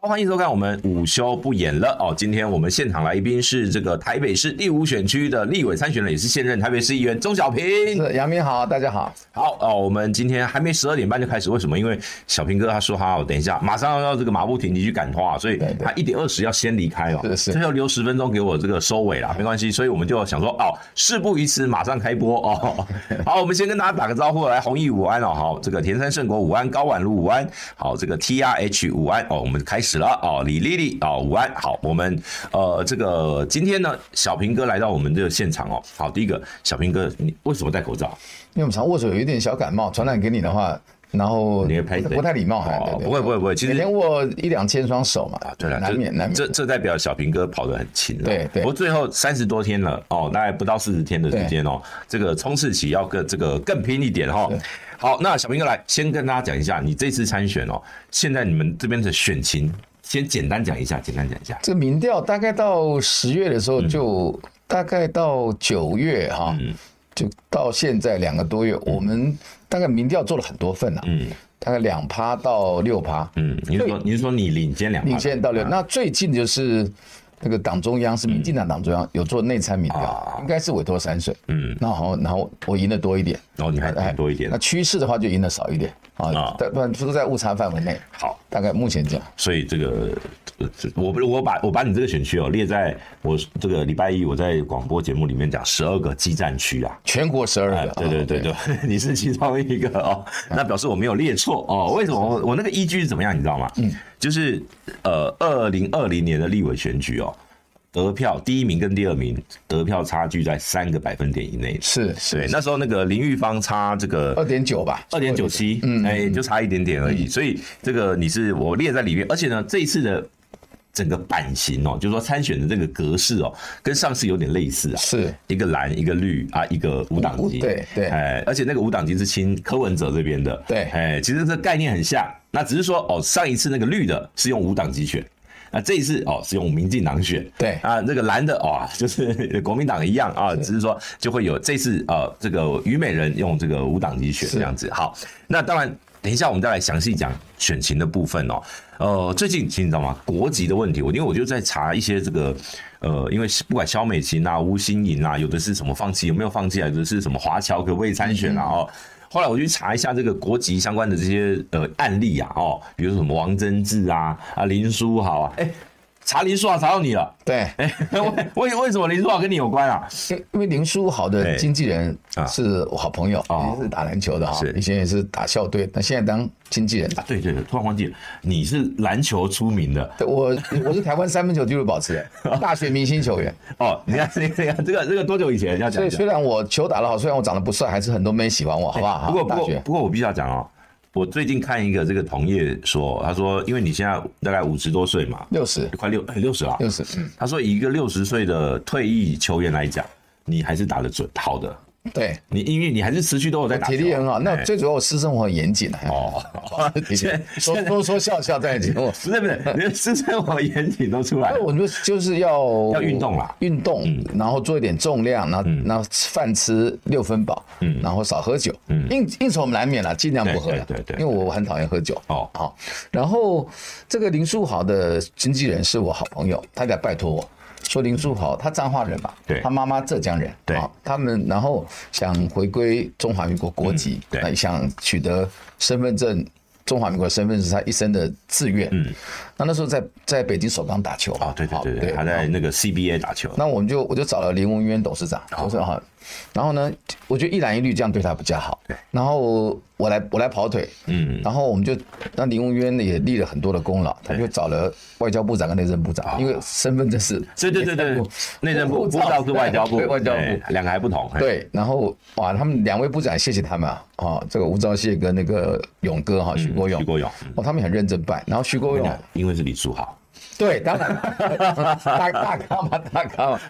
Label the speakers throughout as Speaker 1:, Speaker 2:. Speaker 1: 欢迎收看我们午休不演了哦。今天我们现场来宾是这个台北市第五选区的立委参选人，也是现任台北市议员钟小平。
Speaker 2: 是杨明好，大家好。
Speaker 1: 好哦，我们今天还没十二点半就开始，为什么？因为小平哥他说他哦，等一下马上要这个马不停蹄去赶花，所以
Speaker 2: 对对
Speaker 1: 他一点二十要先离开哦，
Speaker 2: 是是
Speaker 1: 所以要留十分钟给我这个收尾啦，没关系。所以我们就想说哦，事不宜迟，马上开播 哦。好，我们先跟大家打个招呼，来弘毅午安哦，好，这个田山圣国午安，高婉如午安，好，这个 T R H 午安哦，我们开始了哦，李丽丽哦午安，好，我们呃这个今天呢，小平哥来到我们这个现场哦，好，第一个小平哥，你为什么戴口罩？
Speaker 2: 因为我们常握手有一点小感冒，传染给你的话，然后
Speaker 1: 你会拍谁
Speaker 2: 不太礼貌，还
Speaker 1: 哦
Speaker 2: 对，对
Speaker 1: 不会不会不会，其
Speaker 2: 每
Speaker 1: 实
Speaker 2: 天握一两千双手嘛
Speaker 1: 啊，，对了，
Speaker 2: 难免难免。
Speaker 1: 这这代表小平哥跑得很勤了。
Speaker 2: 对对
Speaker 1: 不过最后三十多天了哦，大概不到四十天的时间哦，这个冲刺期要更这个更拼一点哈、哦。好，那小平哥来先跟大家讲一下，你这次参选哦，现在你们这边的选情，先简单讲一下，简单讲一下。
Speaker 2: 这个民调大概到十月的时候，就
Speaker 1: 嗯
Speaker 2: 大概到九月哈、就到现在两个多月，
Speaker 1: 嗯
Speaker 2: 我们大概民调做了很多份了、嗯，大概两趴到六趴，
Speaker 1: 嗯，你是说你是说你领先两趴
Speaker 2: 领先到六。
Speaker 1: 嗯
Speaker 2: 那最近就是那个党中央是民进党党中央有做内参民
Speaker 1: 嗯啊
Speaker 2: 调，应该是委托三水，
Speaker 1: 嗯，
Speaker 2: 那好，然后我赢的多一点，哎
Speaker 1: 然后你还还多一点
Speaker 2: 那。趋势的话就赢的少一点
Speaker 1: 啊
Speaker 2: 啊，但不然都在误差范围内，
Speaker 1: 好，
Speaker 2: 大概目前这样。
Speaker 1: 所以这个，呃这我不我把我把你这个选区哦列在我这个礼拜一我在广播节目里面讲十二个基站区啊，
Speaker 2: 全国十二
Speaker 1: 哎
Speaker 2: 个，，啊
Speaker 1: 对对对对， 你是其中一个哦，那表示我没有列错哦。为什么我我那个依据是怎么样，你知道吗？嗯，就是呃，二零二零年的立委选举哦，得票第一名跟第二名得票差距在三个百分点以内。
Speaker 2: 是是
Speaker 1: 对，那时候那个林玉芳差这个
Speaker 2: 二点九吧，
Speaker 1: 二点九七，哎，就差一点点而已。所以这个你是我列在里面，而且呢，这一次的整个版型哦，就是说参选的这个格式哦，跟上次有点类似啊。
Speaker 2: 是
Speaker 1: 一个蓝，一个绿啊，一个无党籍，
Speaker 2: 无对对
Speaker 1: 哎，而且那个无党籍是亲柯文哲这边的，
Speaker 2: 对
Speaker 1: 哎，其实这概念很像，那只是说哦，上一次那个绿的是用无党籍选。那这一次哦，是用民进党选，
Speaker 2: 对
Speaker 1: 啊，这个蓝的哦，就是 国民党一样啊，只是说就会有这次呃，这个虞美人用这个无党籍选
Speaker 2: 是
Speaker 1: 这样子。好，那当然，等一下我们再来详细讲选情的部分哦。呃，最近其实你知道吗？国籍的问题，我因为我就在查一些这个呃，因为不管肖美琴啊、吴欣颖啊，有的是什么放弃，有没有放弃啊？有的是什么华侨可不可以参选啊？哦。后来我去查一下这个国籍相关的这些呃案例啊，哦，比如说什么王贞治啊、啊林书豪啊，哎、查林书豪查到你了，
Speaker 2: 对，
Speaker 1: 哎、为 为为什么林书豪跟你有关啊？
Speaker 2: 因因为林书豪
Speaker 1: 哎
Speaker 2: 的经纪人
Speaker 1: 啊
Speaker 2: 是我好朋友，
Speaker 1: 哦
Speaker 2: 也是打篮球的哈
Speaker 1: 是，
Speaker 2: 以前也是打校队，那现在当经纪人。
Speaker 1: 啊，对对对，突然忘记了，你是篮球出名的
Speaker 2: 对我我是台湾三分球俱乐部保 持人，大学明星球员。
Speaker 1: 哦。你看， 你看，你看，这个这个多久以前要
Speaker 2: 所
Speaker 1: 讲
Speaker 2: 以
Speaker 1: 一下？
Speaker 2: 虽然我球打得好，虽然我长得不帅，还是很多妹喜欢我，好不好？
Speaker 1: 哎不过不
Speaker 2: 大
Speaker 1: 过
Speaker 2: 学
Speaker 1: 不过我必须要讲哦，我最近看一个这个同业说，他说因为你现在大概五十多岁嘛，
Speaker 2: 六十
Speaker 1: 快六哎六十了，啊
Speaker 2: 六十，嗯
Speaker 1: 他说以一个六十岁的退役球员来讲，你还是打得准好的，
Speaker 2: 嗯对，
Speaker 1: 你因为你还是持续都有在打球
Speaker 2: 体力很好。那
Speaker 1: 哎
Speaker 2: 最主要我私生活很严谨啊。
Speaker 1: 哦， 现
Speaker 2: 说说说笑 笑在节目。
Speaker 1: 不是不是， 你的私生活严谨都出来
Speaker 2: 那
Speaker 1: 了。
Speaker 2: 我们就是要
Speaker 1: 要运动啦嗯
Speaker 2: 运动，然后做一点重量，然后然后饭吃六分饱，嗯，然后少喝酒，嗯，应应酬我们难免啦，尽量不喝啦
Speaker 1: 对对对对
Speaker 2: 因为我很讨厌喝酒，
Speaker 1: 哦
Speaker 2: 好，啊然后这个林书豪的经纪人是我好朋友，他在拜托我。说林书豪，他彰化人嘛，
Speaker 1: 对
Speaker 2: 他妈妈浙江人，
Speaker 1: 对
Speaker 2: 好他们然后想回归中华民国国籍，
Speaker 1: 嗯对
Speaker 2: 那想取得身份证，中华民国的身份是他一生的志愿，嗯，那那时候在在北京首钢打球
Speaker 1: 哦，对对
Speaker 2: 好
Speaker 1: 对对，他在那个 CBA 打球。
Speaker 2: 那我们就我就找了林文渊董事长，
Speaker 1: 哦
Speaker 2: 我说哈，然后呢，我觉得一蓝一绿这样对他比较好。
Speaker 1: 对，
Speaker 2: 然后我来我来跑腿，嗯，然后我们就那林文渊也立了很多的功劳，他就找了外交部长跟内政部长，因为身份证是
Speaker 1: 哦对对对对，内政部
Speaker 2: 护
Speaker 1: 不
Speaker 2: 照
Speaker 1: 知道是外交部，
Speaker 2: 对外交部
Speaker 1: 哎两个还不同。哎，
Speaker 2: 对，然后哇，他们两位部长谢谢他们啊，哦，这个吴钊燮跟那个勇哥哈，徐国勇，
Speaker 1: 徐国勇嗯哦
Speaker 2: 哦，他们也很认真办，然后徐国勇
Speaker 1: 因为是李书豪，
Speaker 2: 对，当然 大大咖嘛，大咖嘛，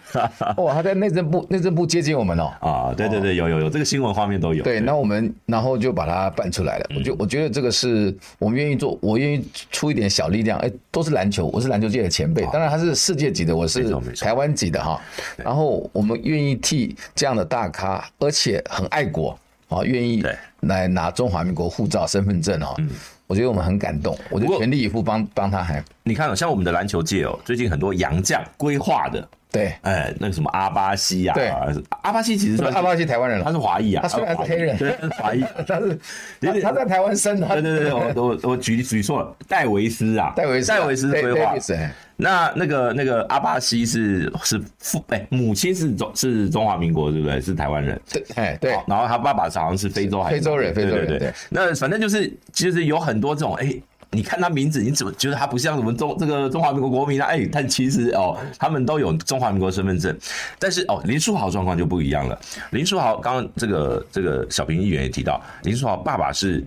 Speaker 2: 哇，他在内政部内政部接见我们哦。
Speaker 1: 啊，对对对，有有有，这个新闻画面都有。
Speaker 2: 对，那我们然后就把它办出来了。
Speaker 1: 嗯
Speaker 2: 我就我觉得这个是我们愿意做，我愿意出一点小力量。哎，都是篮球，我是篮球界的前辈，当然他是世界级的，我
Speaker 1: 哦没
Speaker 2: 是
Speaker 1: 错没错
Speaker 2: 台湾级的哈。然后我们愿意替这样的大咖，而且很爱国啊，愿意
Speaker 1: 对嗯
Speaker 2: 来拿中华民国护照、身份证哈。哦我觉得我们很感动，我
Speaker 1: 不
Speaker 2: 就
Speaker 1: 过
Speaker 2: 全力以赴帮帮他还
Speaker 1: 你看、哦，像我们的篮球界哦，最近很多洋将规划的，
Speaker 2: 对。
Speaker 1: 哎，那个什么阿巴西呀、
Speaker 2: 对
Speaker 1: 啊，阿巴西其实
Speaker 2: 不
Speaker 1: 算
Speaker 2: 是
Speaker 1: 是
Speaker 2: 阿巴西台湾人
Speaker 1: 他
Speaker 2: 了，
Speaker 1: 是华裔啊，
Speaker 2: 他虽然是
Speaker 1: 华裔
Speaker 2: 黑人
Speaker 1: 对，他是华裔。
Speaker 2: 他是
Speaker 1: 有点
Speaker 2: 他在台湾生的，
Speaker 1: 对对对，我我我举举错了，戴维斯啊，
Speaker 2: 戴维斯啊，
Speaker 1: 戴维斯是
Speaker 2: 戴
Speaker 1: 规划
Speaker 2: 戴维。斯哎
Speaker 1: 那那个那个阿巴西是是父哎、母亲是中是中华民国对不对？是台湾人，
Speaker 2: 对哎对
Speaker 1: 好，然后他爸爸好像是非洲还是
Speaker 2: 非洲人非洲人
Speaker 1: 对对
Speaker 2: 对。
Speaker 1: 那反正就是就是有很多这种哎。你看他名字，你怎么觉得他不像什么中这个中华民国国民啊？哎、但其实哦，他们都有中华民国身份证，但是哦，林书豪状况就不一样了。林书豪刚刚这个这个小平议员也提到，林书豪爸爸是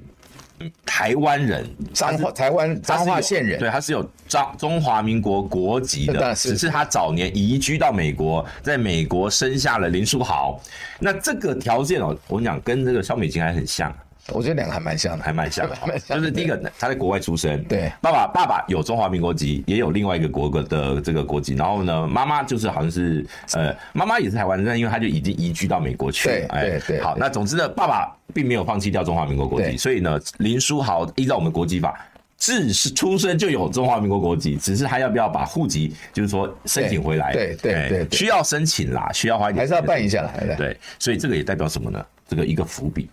Speaker 1: 嗯台湾人，
Speaker 2: 彰化台湾
Speaker 1: 他
Speaker 2: 彰
Speaker 1: 是有
Speaker 2: 化县人，
Speaker 1: 对，他是有彰中华民国国籍的，
Speaker 2: 但是
Speaker 1: 只是他早年移居到美国，在美国生下了林书豪。那这个条件哦，我跟你讲，跟这个肖美琴还很像，啊
Speaker 2: 我觉得两个还蛮像的，
Speaker 1: 还蛮像的
Speaker 2: 还蛮，像
Speaker 1: 就
Speaker 2: 的
Speaker 1: 是第一个，他在国外出生，
Speaker 2: 对，
Speaker 1: 爸爸爸爸有中华民国籍，也有另外一个国国的这个国籍，然后呢，妈妈就是好像是呃，妈妈也是台湾人，但因为他就已经移居到美国去了
Speaker 2: 对，对对
Speaker 1: 好，那总之呢，爸爸并没有放弃掉中华民国国籍，
Speaker 2: 对
Speaker 1: 所以呢，林书豪依照我们国籍法。自是出生就有中华民国国籍，只是他要不要把户籍，就是说申请回来，
Speaker 2: 对对
Speaker 1: 哎
Speaker 2: 对对
Speaker 1: 需要申请啦，需要花一点
Speaker 2: 还是要
Speaker 1: 时间
Speaker 2: 办一下来的。
Speaker 1: 对，所以这个也代表什么呢？这个一个伏笔，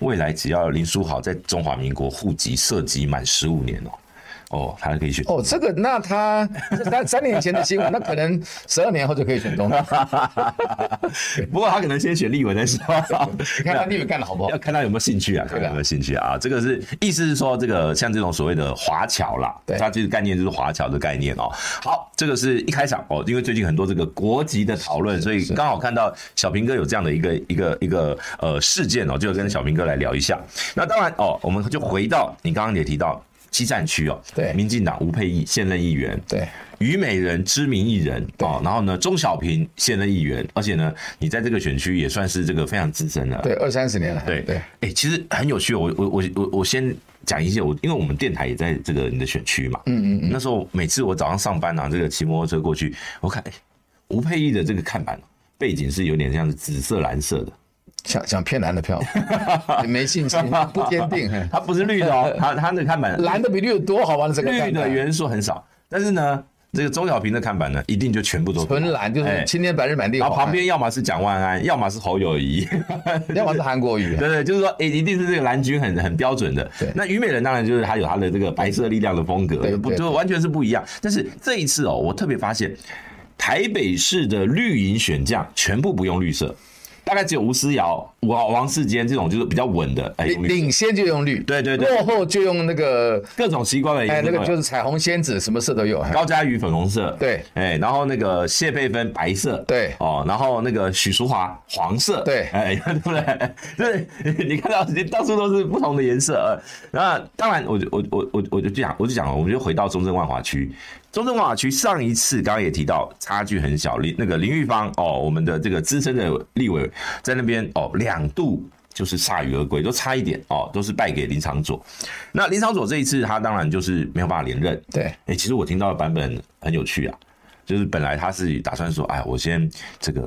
Speaker 1: 未来只要林书豪在中华民国户籍涉及满十五年哦，哦，他可以选。
Speaker 2: 哦，这个那他三三年前的新闻，那可能十二年后就可以选 总统。
Speaker 1: 不过他可能先选立委再说，
Speaker 2: 你看他立委干的好不 好
Speaker 1: 要？看他有没有兴趣啊，看他有没有兴趣啊。这个是意思是说，这个像这种所谓的华侨啦，
Speaker 2: 对
Speaker 1: 它其实概念就是华侨的概念哦。好，这个是一开场哦，因为最近很多这个国籍的讨论，所以刚好看到小平哥有这样的一个一个一个呃事件哦，就跟小平哥来聊一下。那当然哦，我们就回到你刚刚也提到。基站区哦，
Speaker 2: 对
Speaker 1: 民进党吴佩益现任议员，
Speaker 2: 对，
Speaker 1: 虞美人知名艺人哦，然后呢，钟小平现任议员，而且呢，你在这个选区也算是这个非常资深了，
Speaker 2: 对，二三十年了。
Speaker 1: 对
Speaker 2: 嗯对
Speaker 1: 哎、，其实很有趣哦。我我我我我先讲一些我，因为我们电台也在这个你的选区嘛。嗯嗯嗯。那时候每次我早上上班啊，这个骑摩托车过去，我看哎吴佩益的这个看板背景是有点像是紫色蓝色的，
Speaker 2: 想想骗蓝 的票，也没信心，不坚定。嘿
Speaker 1: 它不是绿的哦，它它那个看板
Speaker 2: 蓝的比绿的多好啊玩，这个
Speaker 1: 绿
Speaker 2: 看
Speaker 1: 的
Speaker 2: 看
Speaker 1: 元素很少，但是呢，这个周小平的看板呢，一定就全部都
Speaker 2: 纯蓝就
Speaker 1: 哎
Speaker 2: 是青天白日满地
Speaker 1: 然
Speaker 2: 红啊
Speaker 1: 后，旁边要么是蒋万安，要么是侯友 谊，
Speaker 2: 要么是韩国语。
Speaker 1: 对对，就是说，哎、一定是这个蓝军很很标准的。
Speaker 2: 对
Speaker 1: 那虞美人当然就是她有她的这个白色力量的风格
Speaker 2: 对，
Speaker 1: 不
Speaker 2: 对
Speaker 1: 就完全是不一样。但是这一次哦，我特别发现，台北市的绿营选将全部不用绿色，大概只有吴思瑶、王王世坚这种就是比较稳的，哎，用
Speaker 2: 领
Speaker 1: 绿色
Speaker 2: 领先就用绿，
Speaker 1: 对对对
Speaker 2: 落后就用那个，
Speaker 1: 各种奇怪的
Speaker 2: 哎，
Speaker 1: 颜
Speaker 2: 那
Speaker 1: 色
Speaker 2: 个就是彩虹仙子，什么色都有。哎
Speaker 1: 高嘉瑜粉红色，
Speaker 2: 对
Speaker 1: 哎，然后那个谢佩芬白色，
Speaker 2: 对
Speaker 1: 哦，然后那个许淑华黄色，
Speaker 2: 对
Speaker 1: 哎， 对不对？ 就是你看到你到处都是不同的颜色，呃，那当然我就，我我我我就讲，我就讲了，我们就回到中正万华区，中正万华区上一次刚刚也提到差距很小，林那个林玉芳哦，我们的这个资深的立委在那边哦两度。就是铩羽而归，都差一点哦，都是败给林长佐。那林长佐这一次，他当然就是没有办法连任，
Speaker 2: 对，
Speaker 1: 哎、其实我听到的版本很有趣啊，就是本来他是打算说，哎，我先这个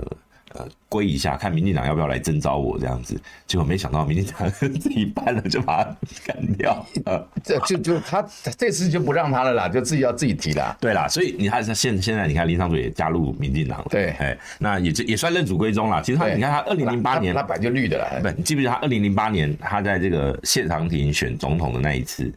Speaker 1: 呃归一下，看民进党要不要来征召我这样子，结果没想到民进党 自己办了就把他干掉。呃，
Speaker 2: 这就就他这次就不让他了啦，就自己要自己提啦。
Speaker 1: 对啦，所以你看现现在你看林长佐也加入民进党了，
Speaker 2: 对
Speaker 1: 哎、那也就也算认祖归宗啦。其实他
Speaker 2: 对
Speaker 1: 你看他二零零八年
Speaker 2: 他，他本来就绿的哎啦，
Speaker 1: 不，你记不记得他二零零八年他在这个谢长廷选总统的那一次，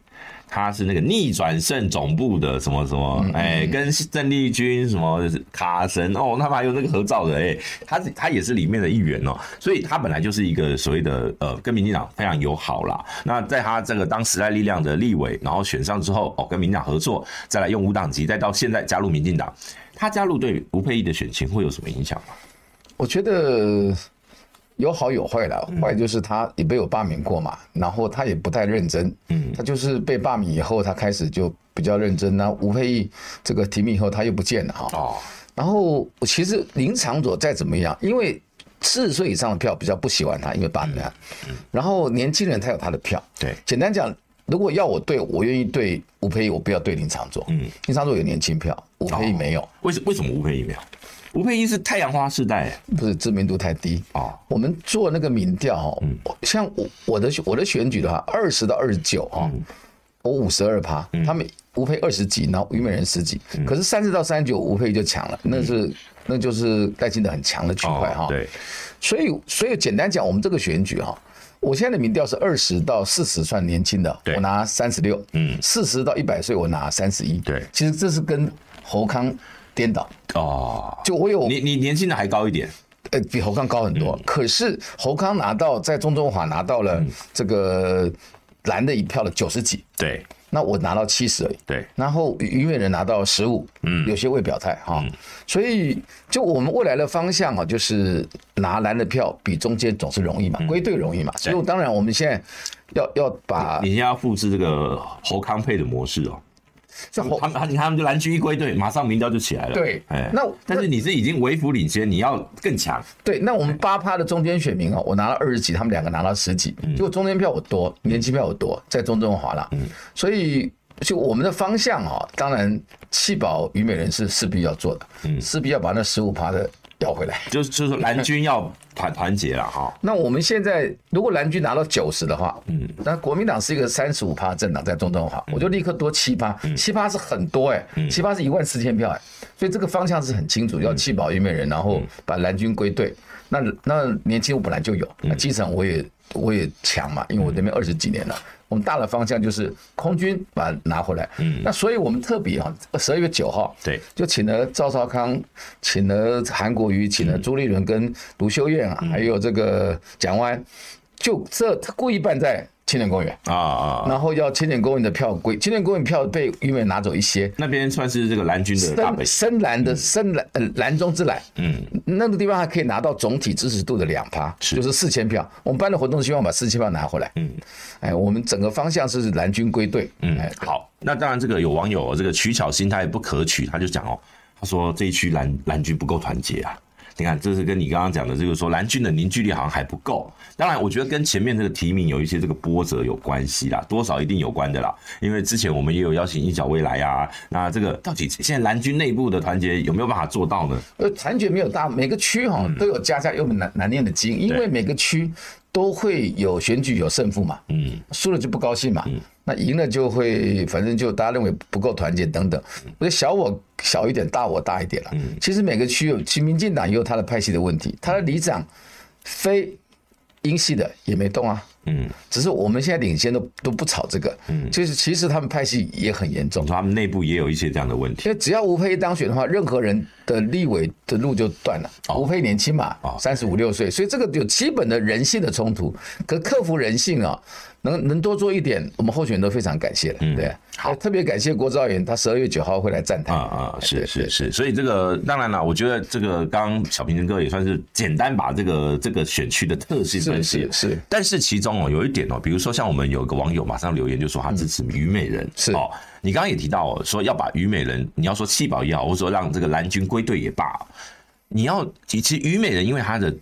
Speaker 1: 他是那个逆转胜总部的什么什么，哎、跟邓丽君什么卡神哦，他们还有那个合照的，哎、他是他也是里面的一员哦，所以他本来就是一个所谓的呃跟民进党非常友好啦。那在他这个当时代力量的立委，然后选上之后哦，跟民进党合作，再来用无党籍，再到现在加入民进党，他加入对吴佩益的选情会有什么影响吗？
Speaker 2: 我觉得有好有坏啦，
Speaker 1: 嗯
Speaker 2: 坏就是他也被我罢免过嘛，然后他也不太认真，嗯，他就是被罢免以后，他开始就比较认真。那吴佩益这个提名以后，他又不见了哈、
Speaker 1: 哦，
Speaker 2: 然后其实林长佐再怎么样，因为四十岁以上的票比较不喜欢他，因为罢免案。
Speaker 1: 嗯
Speaker 2: 然后年轻人他有他的票。
Speaker 1: 对
Speaker 2: 简单讲，如果要我对，我愿意对吴佩仪，我不要对林长佐。嗯，林长佐有年轻票，吴佩仪没有，
Speaker 1: 为什为什么吴佩仪没有？吴佩仪是太阳花世代
Speaker 2: 不是知名度太低。
Speaker 1: 哦，
Speaker 2: 我们做那个民调哦，像我我的我的选举的话，二十到二十九哈，我五十二趴，他们吴佩二十几，然后虞美人十几，可是三十到三十九，吴佩就强了，那是那就是带进的很强的区块哈。
Speaker 1: 哦对，
Speaker 2: 所以所以简单讲，我们这个选举哈。我现在的民调是二十到四十算年轻的，
Speaker 1: 对
Speaker 2: 我拿三十六，
Speaker 1: 嗯
Speaker 2: 四十到一百岁我拿三十一，
Speaker 1: 对
Speaker 2: 其实这是跟侯康颠倒，
Speaker 1: 哦，
Speaker 2: 就我有
Speaker 1: 你嗯你年轻的还高一点，
Speaker 2: 呃比侯康高很多，可是侯康拿到在中中华拿到了这个蓝的一票的九十几，
Speaker 1: 对
Speaker 2: 那我拿到七十而已，
Speaker 1: 对，
Speaker 2: 然后虞美人拿到十五，嗯，有些未表态哈，所以就我们未来的方向啊，就是拿蓝的票比中间总是容易嘛，
Speaker 1: 嗯
Speaker 2: 归队容易嘛，所以当然我们现在要要把
Speaker 1: 啊你现在要复制这个侯康配的模式哦。
Speaker 2: 这侯
Speaker 1: 他们他你看他们就蓝区一归队，马上民调就起来了。
Speaker 2: 对
Speaker 1: 哎，
Speaker 2: 那
Speaker 1: 但是你是已经微幅领先，你要更强。
Speaker 2: 对，那我们八趴的中间选民啊，我拿了二十几，他们两个拿到十几，
Speaker 1: 嗯
Speaker 2: 结果中间票我多，年轻票我多，在中中华啦，所以就我们的方向啊，当然弃保虞美人是势必要做
Speaker 1: 嗯
Speaker 2: 的，势必要把那十五趴的要回来。
Speaker 1: 就是就是说蓝军要团团结了哈。
Speaker 2: 那我们现在如果蓝军拿到九十的话，嗯，那国民党是一个三十五趴政党，在中东华，我就立刻多七趴，七趴是很多哎、七趴是一万四千票哎、所以这个方向是很清楚，要弃保虞美人，然后把蓝军归队。那那年轻我本来就有，那基层我也我也强嘛，因为我那边二十几年了。我们大的方向就是空军把它拿回来，嗯，那所以我们特别啊，十二月九号，
Speaker 1: 对
Speaker 2: 就请了赵少康，请了韩国瑜，请了朱立伦跟卢修燕啊，还有这个蒋万安，就这他故意办在青年公园，
Speaker 1: 啊啊，
Speaker 2: 然后要青年公园的票归青年公园票被渔美拿走一些，
Speaker 1: 那边算是这个蓝军的大本
Speaker 2: 深
Speaker 1: 营。
Speaker 2: 深蓝的深蓝呃蓝中之蓝，
Speaker 1: 嗯，
Speaker 2: 那个地方还可以拿到总体支持度的两趴，就是四千票。我们办的活动希望把四千票拿回来，嗯，哎，我们整个方向是蓝军归队，嗯哎，
Speaker 1: 好，那当然这个有网友、这个取巧心态不可取，他就讲哦，他说这一区蓝蓝军不够团结啊。你看，这是跟你刚刚讲的，就是说蓝军的凝聚力好像还不够。当然，我觉得跟前面这个提名有一些这个波折有关系啦，多少一定有关的啦。因为之前我们也有邀请一角未来啊，那这个到底现在蓝军内部的团结有没有办法做到呢？
Speaker 2: 呃，团结没有大，每个区哈都有家家有本难难念的经，因为每个区都会有选举有胜负嘛，嗯，输了就不高兴嘛，那赢了就会反正就大家认为不够团结等等。我觉得小我小一点，大我大一点了。其实每个区有，其实民进党也有他的派系的问题，他的里长非英系的也没动啊，
Speaker 1: 嗯，
Speaker 2: 只是我们现在领先都都不吵这个，嗯，就是其实他们派系也很严重
Speaker 1: 你。说他们内部也有一些这样的问题。
Speaker 2: 因为只要吴佩一当选的话，任何人的立委的路就断了。
Speaker 1: 哦
Speaker 2: 吴佩年轻嘛，三十五六岁，所以这个有基本的人性的冲突。可克服人性啊，能能多做一点，我们候选人都非常感谢了。
Speaker 1: 嗯
Speaker 2: 对，好，特别感谢郭兆元，他十二月九号会来站台。
Speaker 1: 啊啊，是
Speaker 2: 对
Speaker 1: 是是，所以这个当然了，我觉得这个刚刚小平哥也算是简单把这个这个选区的特性分
Speaker 2: 是
Speaker 1: 析了
Speaker 2: 是是，
Speaker 1: 但是其中哦有一点哦，比如说像我们有一个网友马上留言就说他支持虞美人，
Speaker 2: 嗯是
Speaker 1: 哦，你刚刚也提到哦，说要把虞美人，你要说弃保也好，或者说让这个蓝军归队也罢哦，你要其实虞美人因为她的。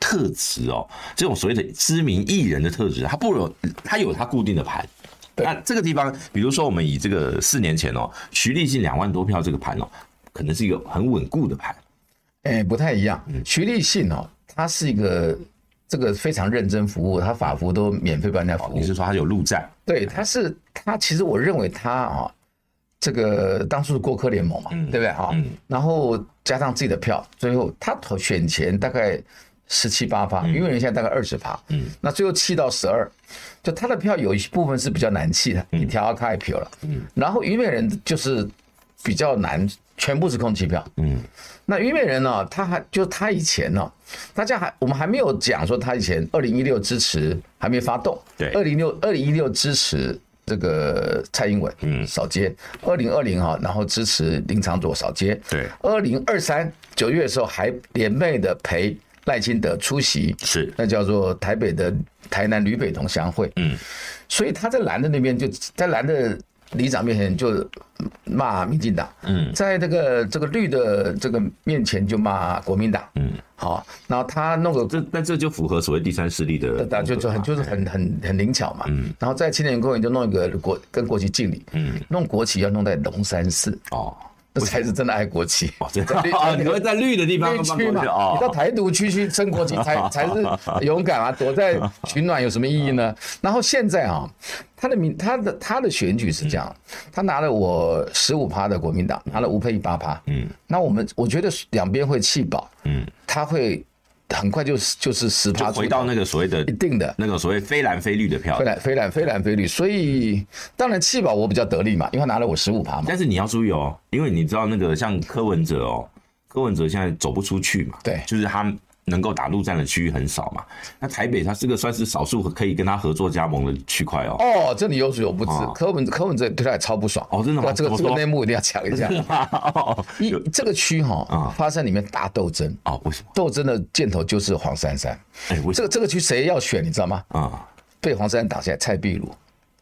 Speaker 1: 特质哦，这种所谓的知名艺人的特质，他不有他有他固定的盘，那这个地方，比如说我们以这个四年前哦，徐立信两万多票这个盘哦，可能是一个很稳固的盘，
Speaker 2: 哎，不太一样。
Speaker 1: 嗯
Speaker 2: 徐立信哦，他是一个这个非常认真服务，他法服都免费帮人家服务
Speaker 1: 哦你。是说他有陆战？
Speaker 2: 对，他是他，其实我认为他啊，这个当初是过客联盟嘛，对不对啊？然后加上自己的票，最后他投选前大概十七八趴，因为人现在大概二十趴，嗯，那最后弃到十二，就他的票有一部分是比较难弃的，一条阿卡也票了，嗯，然后虞美人就是比较难，全部是空气票，嗯，那虞美人呢、他还就他以前呢、大家还我们还没有讲说他以前二零一六支持还没发动，
Speaker 1: 对
Speaker 2: 二零六二零一六支持这个蔡英文，嗯，少接，二零二零哈，然后支持林长佐少接，
Speaker 1: 对
Speaker 2: 二零二三九月的时候还联袂的陪赖清德出席，
Speaker 1: 是
Speaker 2: 那叫做台北的台南吕北同乡会，嗯，所以他在蓝的那边就在蓝的里长面前就骂民进党，嗯，在这个这个绿的这个面前就骂国民党，嗯，好，然后他弄个
Speaker 1: 这那这就符合所谓第三势力的
Speaker 2: 那就就很就是
Speaker 1: 哎
Speaker 2: 很很很灵巧嘛。
Speaker 1: 嗯
Speaker 2: 然后在青年公园就弄一个国跟国旗敬礼，弄国旗要弄在龙山寺，
Speaker 1: 哦，
Speaker 2: 那才是真的爱国旗。
Speaker 1: 哦，真的哦，你会在绿的地方
Speaker 2: 绿
Speaker 1: 放
Speaker 2: 区
Speaker 1: 过
Speaker 2: 嘛，
Speaker 1: 去哦
Speaker 2: 你到台独区去升国旗 才才是勇敢啊！躲在取暖有什么意义呢？然后现在啊，他的民他的他的选举是这样，
Speaker 1: 嗯
Speaker 2: 他拿了我十五趴的国民党，拿了吴佩仪八趴，嗯，那我们我觉得两边会气饱，嗯，他会很快就就是十
Speaker 1: 就
Speaker 2: 趴
Speaker 1: 回到那个所谓的
Speaker 2: 一定的。
Speaker 1: 那个所谓非蓝非绿的票
Speaker 2: 非。蓝非蓝非蓝非绿，所以当然气保我比较得力嘛，因为他拿了我十五趴嘛。
Speaker 1: 但是你要注意哦，因为你知道那个像柯文哲哦，柯文哲现在走不出去嘛，
Speaker 2: 对
Speaker 1: 就是他能够打陆战的区域很少嘛。那台北它这个算是少数可以跟他合作加盟的区块哦。
Speaker 2: 哦，这里有所有不知
Speaker 1: 哦，
Speaker 2: 柯文柯文哲对他也超不爽。
Speaker 1: 哦真的吗
Speaker 2: 哇这个
Speaker 1: 怎么
Speaker 2: 这个
Speaker 1: 说
Speaker 2: 内幕一定要讲 一下。
Speaker 1: 哦
Speaker 2: 一这个区哈
Speaker 1: 啊，
Speaker 2: 发生里面大斗争，
Speaker 1: 哦，为什么？
Speaker 2: 斗争的箭头就是黄珊珊。
Speaker 1: 哎，为什
Speaker 2: 这
Speaker 1: 么
Speaker 2: 个这个区谁要选，你知道吗？
Speaker 1: 啊？
Speaker 2: 被黄珊珊打下来，蔡壁如。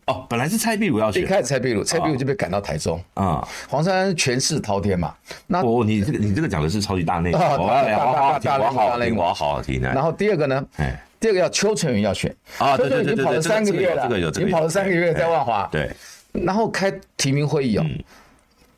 Speaker 1: 哦，本来是蔡壁如要
Speaker 2: 一
Speaker 1: 选
Speaker 2: 开始蔡壁如，蔡壁如就被赶到台中。
Speaker 1: 啊。
Speaker 2: 黄珊珊权势滔天嘛，那
Speaker 1: 哦，你这个你这个讲的是超级大内幕，
Speaker 2: 哦
Speaker 1: 我要来
Speaker 2: 大
Speaker 1: 我好好
Speaker 2: 大大
Speaker 1: 听，我要好
Speaker 2: 大
Speaker 1: 好
Speaker 2: 内
Speaker 1: 听，
Speaker 2: 幕
Speaker 1: 我要好好听
Speaker 2: 然
Speaker 1: 哎。
Speaker 2: 后第二个呢？
Speaker 1: 哎，
Speaker 2: 第二个要邱成元要选
Speaker 1: 啊对
Speaker 2: 邱成
Speaker 1: 对对
Speaker 2: 元已经跑
Speaker 1: 对
Speaker 2: 了
Speaker 1: 对
Speaker 2: 三
Speaker 1: 这
Speaker 2: 个
Speaker 1: 个
Speaker 2: 月
Speaker 1: 有
Speaker 2: 了，
Speaker 1: 这个有这
Speaker 2: 已
Speaker 1: 个
Speaker 2: 经跑了
Speaker 1: 有
Speaker 2: 三个月在万华，
Speaker 1: 对，
Speaker 2: 然后开提名会议哦，
Speaker 1: 嗯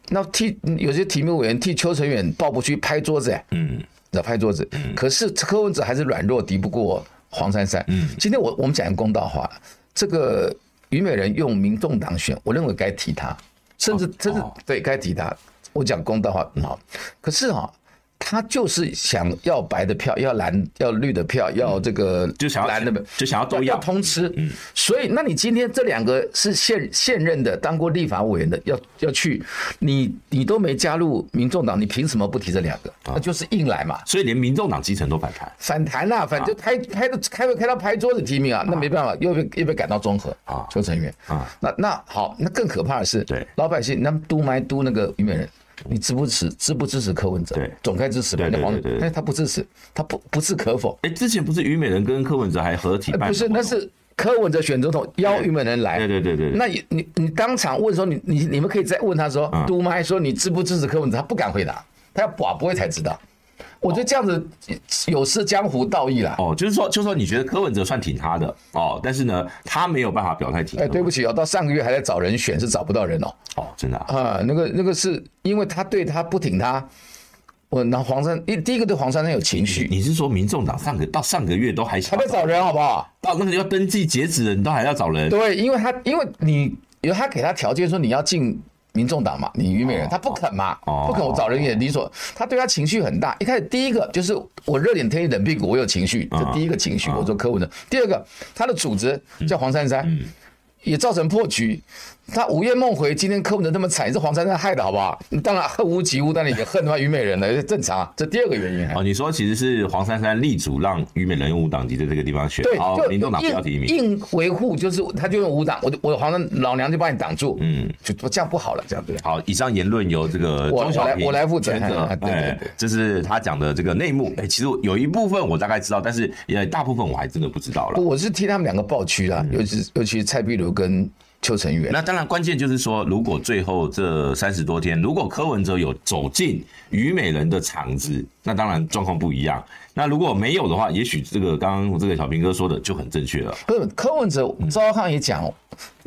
Speaker 2: 那替有些提名委员替邱成远抱不去拍桌子，哎
Speaker 1: 嗯，
Speaker 2: 在拍桌子。可是柯文哲还是软弱，敌不过黄珊珊。嗯，今天我我们讲个公道话，这个虞美人用民众党选，我认为该提他，甚至甚至
Speaker 1: 哦
Speaker 2: 对该提他。我讲公道话好，可是哈、他就是想要白的票，要蓝，要绿的票，要这个
Speaker 1: 嗯就想要
Speaker 2: 蓝的票，
Speaker 1: 就想要都
Speaker 2: 要
Speaker 1: 要嗯
Speaker 2: 通吃。所以，那你今天这两个是现现任的，当过立法委员的，要要去，你你都没加入民众党，你凭什么不提这两个？
Speaker 1: 啊
Speaker 2: 那就是硬来嘛，
Speaker 1: 所以连民众党基层都反弹。
Speaker 2: 反弹
Speaker 1: 啊
Speaker 2: 啦、反正开开的开会开到拍桌子提名啊，那没办法，又被又被赶到综合
Speaker 1: 啊
Speaker 2: 邱成员
Speaker 1: 啊，
Speaker 2: 那那好，那更可怕的是，
Speaker 1: 对
Speaker 2: 老百姓那么督麦督那个虞美人。你支不支持支不支持柯文哲？
Speaker 1: 对
Speaker 2: 总该支持吧？
Speaker 1: 对对
Speaker 2: 那黄
Speaker 1: 对对对
Speaker 2: 哎，他不支持，他不不置可否。
Speaker 1: 哎，之前不是虞美人跟柯文哲还合体
Speaker 2: 哎
Speaker 1: 办
Speaker 2: 不
Speaker 1: 什
Speaker 2: 是，
Speaker 1: 么活动？
Speaker 2: 那是柯文哲选总统邀虞美人来，
Speaker 1: 对对对对对，
Speaker 2: 那你你你当场问说你你你们可以再问他说，
Speaker 1: 啊
Speaker 2: 杜妈还说你支不支持柯文哲，他不敢回答，他要把不会才知道。我觉得这样子有失江湖道义啦。
Speaker 1: 哦，就是说，就是说，你觉得柯文哲算挺他的哦，但是呢，他没有办法表态挺
Speaker 2: 哎，
Speaker 1: 柯
Speaker 2: 对不起哦，到上个月还在找人选，是找不到人哦。
Speaker 1: 哦，真的、啊，
Speaker 2: 啊，那个那个是因为他对他不挺他，我拿黄山一第一个对黄珊珊有情绪，
Speaker 1: 你是说民众党上个到上个月都还
Speaker 2: 还
Speaker 1: 想
Speaker 2: 在找人好不好？
Speaker 1: 到那个要登记截止的，你都还要找人？
Speaker 2: 对，因为他因为你有他给他条件说你要进民众党嘛，你虞美人
Speaker 1: 哦
Speaker 2: 他不肯嘛，
Speaker 1: 哦
Speaker 2: 不肯我找人也理所，他对他情绪很大。一开始第一个就是我热脸贴你冷屁股，我有情绪，
Speaker 1: 嗯
Speaker 2: 这第一个情绪，我说柯文哲。第二个，他的组织叫黄珊
Speaker 1: 嗯
Speaker 2: 珊，也造成破局。他午夜梦回，今天柯文哲那么惨，也是黄珊珊害的好不好？你当然恨无及无，但你也恨他妈虞美人了，这正常啊。这第二个原因还。
Speaker 1: 哦，你说其实是黄珊珊力主让虞美人用无党籍在这个地方选，
Speaker 2: 对，
Speaker 1: 哦
Speaker 2: 就，
Speaker 1: 民众党不要提
Speaker 2: 硬
Speaker 1: 名，
Speaker 2: 硬维护，就是他就用武党，我就我好像老娘就把你挡住，嗯，就这样不好了，这样对。
Speaker 1: 好，以上言论由这个
Speaker 2: 我
Speaker 1: 钟小平
Speaker 2: 我来我来负责
Speaker 1: 全责
Speaker 2: 哎，对对
Speaker 1: 哎
Speaker 2: 对，
Speaker 1: 这是他讲的这个内幕。哎，其实有一部分我大概知道，但是也大部分我还真的不知道了
Speaker 2: 不。我是替他们两个抱屈啦，
Speaker 1: 嗯
Speaker 2: 尤其尤其是蔡壁如跟邱成远。
Speaker 1: 那当然，关键就是说，如果最后这三十多天，如果柯文哲有走进虞美人的场子，那当然状况不一样。那如果没有的话，也许这个刚刚这个小平哥说的就很正确了。
Speaker 2: 不是柯文哲，赵少康也讲，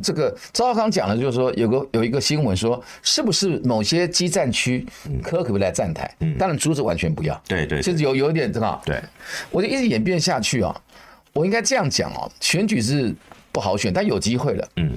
Speaker 2: 这个赵少康讲的就是说，有个有一个新闻说，是不是某些基站区柯可不可以来站台？当然，朱子完全不要，
Speaker 1: 对嗯对
Speaker 2: 甚
Speaker 1: 对
Speaker 2: 至有有一点这个，
Speaker 1: 对，
Speaker 2: 我就一直演变下去啊。我应该这样讲哦，选举是不好选，但有机会了。嗯，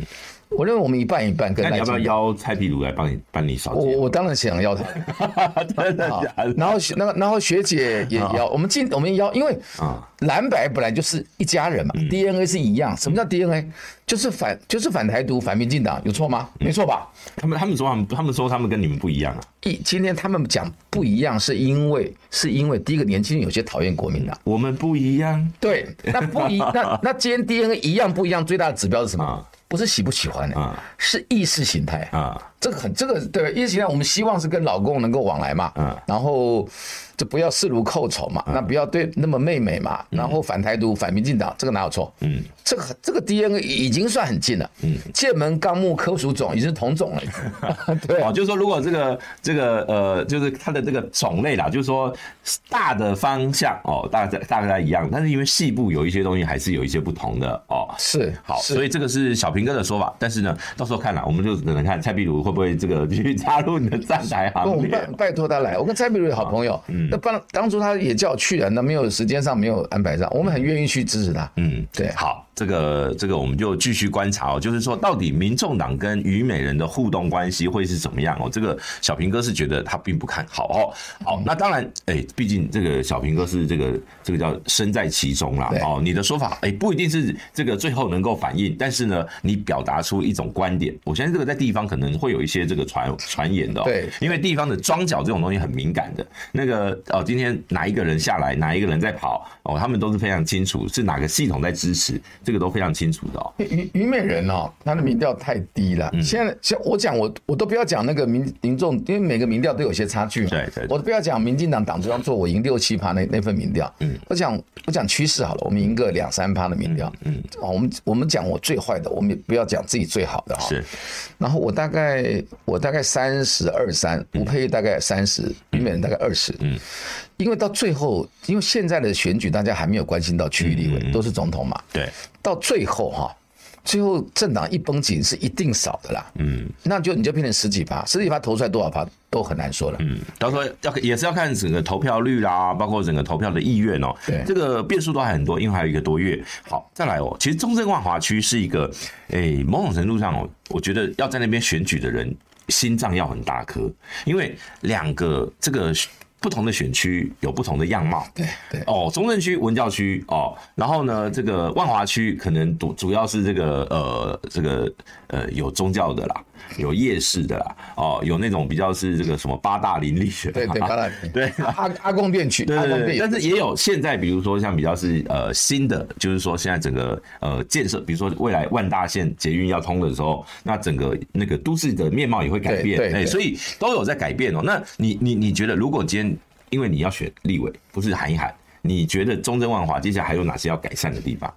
Speaker 2: 我认为我们一半一半跟
Speaker 1: 那你
Speaker 2: 赖
Speaker 1: 要不要
Speaker 2: 清德。
Speaker 1: 邀蔡壁如来帮你帮你扫
Speaker 2: 我
Speaker 1: 街？
Speaker 2: 我当然想要他。 啊
Speaker 1: 真的假的
Speaker 2: 然后学那个，然后学姐也邀，我们进我们邀，因为
Speaker 1: 啊
Speaker 2: 蓝白本来就是一家人嘛，DNA
Speaker 1: 嗯
Speaker 2: 是一样。什么叫 DNA？就是反就是反台独、反民进党，有错吗？
Speaker 1: 嗯
Speaker 2: 没错吧？
Speaker 1: 他们他们说他们他们说他们跟你们不一样啊，
Speaker 2: 一今天他们讲不一样，是因为是因为第一个年轻人有些讨厌国民党。
Speaker 1: 我们不一样
Speaker 2: 对，那不一那那今天 DNA 一样不一样，最大的指标是什么
Speaker 1: 啊？
Speaker 2: 不是喜不喜欢的、
Speaker 1: 啊
Speaker 2: 是意识形态。
Speaker 1: 啊，
Speaker 2: 这个很这个对吧？意识形态我们希望是跟老公能够往来嘛，
Speaker 1: 嗯
Speaker 2: 然后就不要视如寇仇嘛，
Speaker 1: 啊
Speaker 2: 那不要对那么媚美嘛，
Speaker 1: 嗯
Speaker 2: 然后反台独、反民进党，这个哪有错？嗯，这个这个 DNA 已经算很近了，嗯，剑门纲目科属种已经是同种了已 经，对
Speaker 1: 哦，就是说，如果这个这个呃，就是它的这个种类啦，就是说大的方向哦，大概大概一样，但是因为细部有一些东西还是有一些不同的哦，
Speaker 2: 是
Speaker 1: 好，
Speaker 2: 是
Speaker 1: 所以这个是小平哥的说法，但是呢，到时候看了，我们就只能看蔡壁如会会不会这个继续加入你的站台
Speaker 2: 哦我
Speaker 1: 行
Speaker 2: 们拜
Speaker 1: 列？
Speaker 2: 拜托他来，我跟蔡碧如也好嗯朋友，那当当初他也叫我去啊，那没有时间上没有安排上，我们很愿意去支持他。
Speaker 1: 嗯，
Speaker 2: 对
Speaker 1: 好，这个这个我们就继续观察哦，就是说到底民众党跟虞美人的互动关系会是怎么样哦？这个小平哥是觉得他并不看好哦。
Speaker 2: 嗯
Speaker 1: 好，那当然，哎，毕竟这个小平哥是这个这个叫身在其中啦
Speaker 2: 对
Speaker 1: 哦。你的说法哎不一定是这个最后能够反映，但是呢，你表达出一种观点，我相信这个在地方可能会有一些这个传传言的、哦，
Speaker 2: 对
Speaker 1: 因为地方的庄脚这种东西很敏感的，那个哦，今天哪一个人下来，哪一个人在跑，哦，他们都是非常清楚是哪个系统在支持，这个都非常清楚的哦。
Speaker 2: 虞虞美人哦，她的民调太低了。现在像我讲，我我都不要讲那个民民众，因为每个民调都有些差距嘛。
Speaker 1: 对对对
Speaker 2: 我都不要讲民进党党中央做我赢六七趴那那份民调。嗯，我讲我讲趋势好了，我们赢个两三趴的民调。嗯，啊、我们我们讲我最坏的，我们也不要讲自己最好的哈、
Speaker 1: 是，
Speaker 2: 然后我大概我大概三十二三，
Speaker 1: 嗯
Speaker 2: 吴佩玉大概三十，虞美人大概二十。嗯，因为到最后，因为现在的选举大家还没有关心到区域立
Speaker 1: 嗯
Speaker 2: 委，都是总统嘛。
Speaker 1: 对，
Speaker 2: 到最后哈、最后政党一绷紧是一定少的啦。嗯，那就你就变成十几趴，十几趴投出来多少趴都很难说了。
Speaker 1: 嗯，到时候要也是要看整个投票率啦，包括整个投票的意愿哦。
Speaker 2: 对
Speaker 1: 这个变数都还很多，因为还有一个多月。好，再来哦，其实中正万华区是一个，诶、某种程度上哦，我觉得要在那边选举的人心脏要很大颗，因为两个这个不同的选区有不同的样貌。
Speaker 2: 对对
Speaker 1: 哦，中正区、文教区哦，然后呢，这个万华区可能主主要是这个呃，这个呃有宗教的啦，有夜市的啦，哦，有那种比较是这个什么八大林立的，
Speaker 2: 对对，八大
Speaker 1: 对
Speaker 2: 阿阿公变区，
Speaker 1: 对
Speaker 2: 阿公
Speaker 1: 对
Speaker 2: 变
Speaker 1: 对，
Speaker 2: 有
Speaker 1: 但是也有现在，比如说像比较是呃新的，就是说现在整个呃建设，比如说未来万大线捷运要通的时候，那整个那个都市的面貌也会改变，
Speaker 2: 对对
Speaker 1: 哎，
Speaker 2: 对
Speaker 1: 所以都有在改变哦。那你你你觉得，如果今天因为你要选立委，不是喊一喊，你觉得中正万华接下来还有哪些要改善的地方？